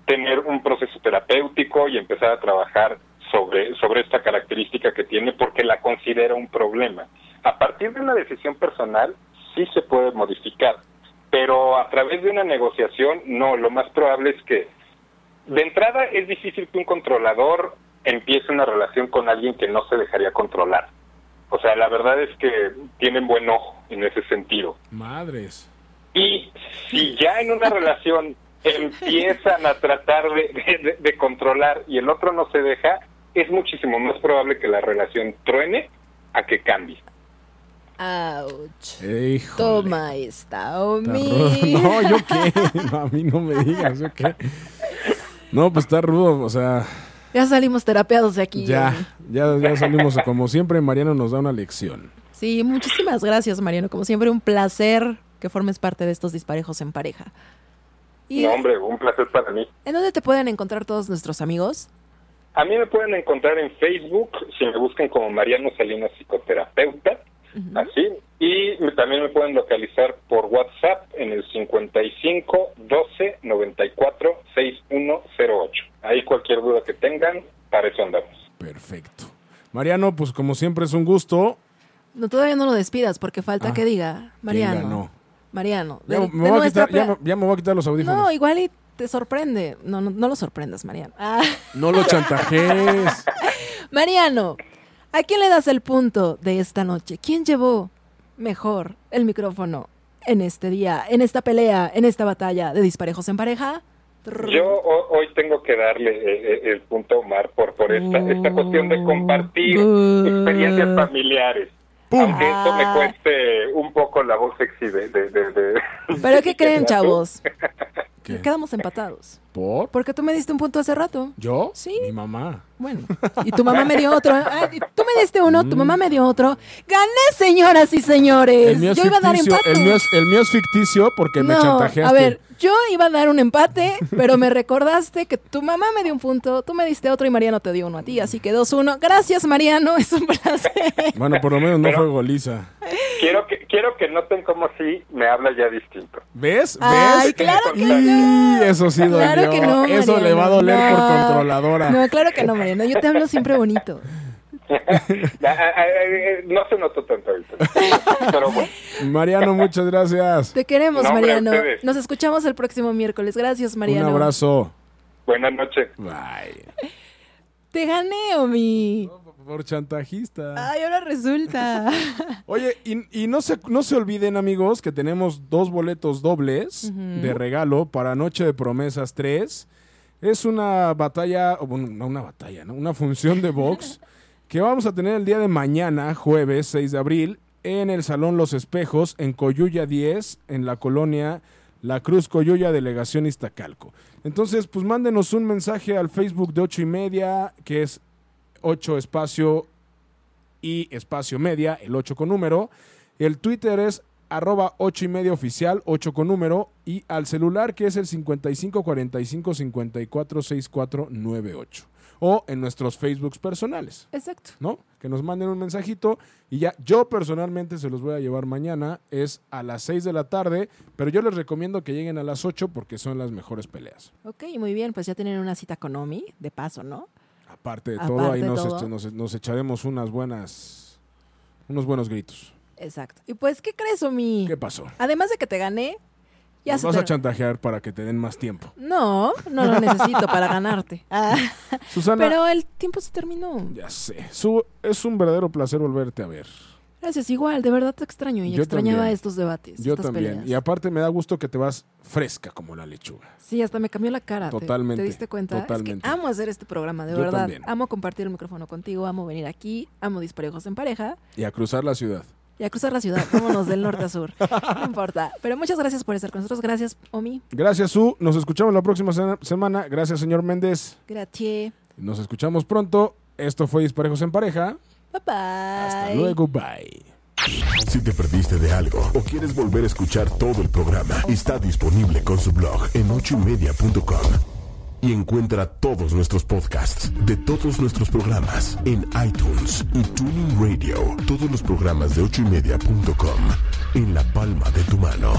Speaker 6: tener un proceso terapéutico y empezar a trabajar sobre, sobre esta característica que tiene porque la considera un problema. A partir de una decisión personal sí se puede modificar, pero a través de una negociación no, lo más probable es que de entrada es difícil que un controlador empiece una relación con alguien que no se dejaría controlar. O sea, la verdad es que tienen buen ojo en ese sentido.
Speaker 2: Madres.
Speaker 6: Y si ya en una relación empiezan a tratar de, de- de controlar y el otro no se deja, es muchísimo más probable que la relación truene a que cambie.
Speaker 3: Ouch.
Speaker 2: Hijo.
Speaker 3: Toma esta, Omi.
Speaker 2: No, yo qué. No, a mí no me digas, yo qué. No, pues está rudo, o sea,
Speaker 3: Ya salimos terapeados de aquí.
Speaker 2: ya,
Speaker 3: Omi.
Speaker 2: ya, ya salimos. Como siempre, Mariano nos da una lección.
Speaker 3: Sí, muchísimas gracias, Mariano. Como siempre, un placer que formes parte de estos disparejos en pareja. ¿Y
Speaker 6: No, hombre, un placer para mí.
Speaker 3: en dónde te pueden encontrar todos nuestros amigos?
Speaker 6: A mí me pueden encontrar en Facebook, si me buscan como Mariano Salinas Psicoterapeuta, así. Y me- también me pueden localizar por WhatsApp en el 55 12 94 6108. Ahí cualquier duda que tengan, para eso andamos.
Speaker 2: Perfecto. Mariano, pues como siempre es un gusto.
Speaker 3: No, todavía no lo despidas porque falta
Speaker 2: Ah,
Speaker 3: que diga Mariano.
Speaker 2: ganó?
Speaker 3: Mariano.
Speaker 2: Ya,
Speaker 3: de-
Speaker 2: me
Speaker 3: de
Speaker 2: voy a
Speaker 3: nuestra
Speaker 2: quitar, ya,
Speaker 3: pla-
Speaker 2: me, ya me voy a quitar los audífonos.
Speaker 3: No, igual y te sorprende. No, no, no lo sorprendas, Mariano. Ah,
Speaker 2: No lo chantajes.
Speaker 3: Mariano, ¿a quién le das el punto de esta noche? ¿Quién llevó mejor el micrófono en este día, en esta pelea, en esta batalla de disparejos en pareja? Trrr.
Speaker 6: Yo ho- hoy tengo que darle eh, eh, el punto a Omar por, por esta, esta cuestión de compartir
Speaker 3: Buh.
Speaker 6: experiencias familiares. Aunque esto me
Speaker 3: Ah.
Speaker 6: cueste un poco la voz sexy de... de, de- de-
Speaker 3: ¿Pero qué creen,
Speaker 6: de-
Speaker 3: chavos?
Speaker 2: ¿Qué?
Speaker 3: Quedamos empatados.
Speaker 2: ¿Por?
Speaker 3: Porque tú me diste un punto hace rato.
Speaker 2: ¿Yo?
Speaker 3: Sí.
Speaker 2: Mi mamá.
Speaker 3: Bueno, y tu mamá me dio otro. Ah, y tú me diste uno, tu mamá me dio otro. Gané, señoras y señores.
Speaker 2: El mío es
Speaker 3: Eh, Yo iba a dar
Speaker 2: ficticio.
Speaker 3: empate.
Speaker 2: El mío es, el mío es ficticio porque me
Speaker 3: no,
Speaker 2: chantajeaste.
Speaker 3: a ver, yo iba a dar un empate, pero me recordaste que tu mamá me dio un punto, tú me diste otro y Mariano te dio uno a ti, así que 2-1. Gracias, Mariano, es un placer.
Speaker 2: Bueno, por lo menos no
Speaker 6: Pero-
Speaker 2: fue goliza.
Speaker 6: Quiero que, quiero que noten cómo sí me habla ya distinto.
Speaker 2: ¿Ves? ¿Ves?
Speaker 3: Ay, claro que
Speaker 2: Y eso sí dolió.
Speaker 3: Claro que no.
Speaker 2: eso le va a doler
Speaker 3: Mariano,
Speaker 2: por
Speaker 3: no.
Speaker 2: controladora.
Speaker 3: No, claro que no, Mariano. Yo te hablo siempre bonito.
Speaker 6: Ya, a- a- a- No se notó tanto ahorita. Pero bueno,
Speaker 2: Mariano, muchas gracias.
Speaker 3: Te queremos,
Speaker 6: No, hombre, a
Speaker 3: Mariano.
Speaker 6: ustedes.
Speaker 3: Nos escuchamos el próximo miércoles. Gracias, Mariano.
Speaker 2: Un abrazo.
Speaker 6: buenas noches.
Speaker 2: Bye.
Speaker 3: Te gané, Omi.
Speaker 2: Por chantajista.
Speaker 3: Ay, ahora resulta.
Speaker 2: Oye, y, y no, se, no se olviden, amigos, que tenemos dos boletos dobles de regalo para Noche de Promesas 3. Es una batalla, o bueno, no una batalla, ¿no? Una función de box que vamos a tener el día de mañana, jueves 6 de abril, en el Salón Los Espejos, en Coyuya 10, en la colonia La Cruz Coyuya, Delegación Iztacalco. Entonces, pues mándenos un mensaje al Facebook de 8 y media, que es 8 espacio y espacio media, el 8 con número. El Twitter es arroba 8 y media oficial, 8 con número. Y al celular que es el 55 45 54 64 98. O en nuestros Facebooks personales,
Speaker 3: Exacto.
Speaker 2: ¿no? Que nos manden un mensajito y ya yo personalmente se los voy a llevar mañana, es a las 6 de la tarde, pero yo les recomiendo que lleguen a las 8 porque son las mejores peleas.
Speaker 3: Ok, muy bien. Pues ya tienen una cita con Omi, de paso, ¿no?
Speaker 2: Aparte de todo,
Speaker 3: Aparte
Speaker 2: ahí
Speaker 3: de
Speaker 2: nos,
Speaker 3: todo.
Speaker 2: este, nos- nos echaremos unas buenas, unos buenos gritos.
Speaker 3: Exacto. Y pues, ¿qué crees, Omi?
Speaker 2: ¿Qué pasó?
Speaker 3: Además de que te gané, ya
Speaker 2: Nos
Speaker 3: se
Speaker 2: vas a
Speaker 3: te-
Speaker 2: chantajear para que te den más tiempo.
Speaker 3: No, no lo necesito para ganarte. Ah,
Speaker 2: Susana,
Speaker 3: pero el tiempo se terminó.
Speaker 2: ya sé, su- es un verdadero placer volverte a ver.
Speaker 3: Gracias, igual, de verdad te extraño y
Speaker 2: Yo
Speaker 3: extrañaba
Speaker 2: también.
Speaker 3: estos debates.
Speaker 2: Yo
Speaker 3: estas
Speaker 2: también.
Speaker 3: peleas.
Speaker 2: Y aparte me da gusto que te vas fresca como la lechuga.
Speaker 3: Sí, hasta me cambió la cara. ¿te-
Speaker 2: Totalmente,
Speaker 3: ¿Te, diste cuenta? Es
Speaker 2: totalmente.
Speaker 3: que amo hacer este programa, de
Speaker 2: Yo
Speaker 3: verdad.
Speaker 2: también.
Speaker 3: Amo compartir el micrófono contigo, amo venir aquí, amo disparejos en pareja
Speaker 2: Y a cruzar la ciudad.
Speaker 3: y a cruzar la ciudad. Vámonos del norte a sur. No importa. Pero muchas gracias por estar con nosotros. Gracias, Omi.
Speaker 2: Gracias, Su. Nos escuchamos la próxima sena- semana. Gracias, señor Méndez.
Speaker 3: Gracias.
Speaker 2: Nos escuchamos pronto. Esto fue Disparejos en Pareja.
Speaker 3: Bye bye.
Speaker 2: Hasta luego. Bye.
Speaker 1: Si te perdiste de algo o quieres volver a escuchar todo el programa, está disponible con su blog en ochoymedia.com. Y encuentra todos nuestros podcasts de todos nuestros programas en iTunes y Tuning Radio. Todos los programas de ochoymedia.com en la palma de tu mano.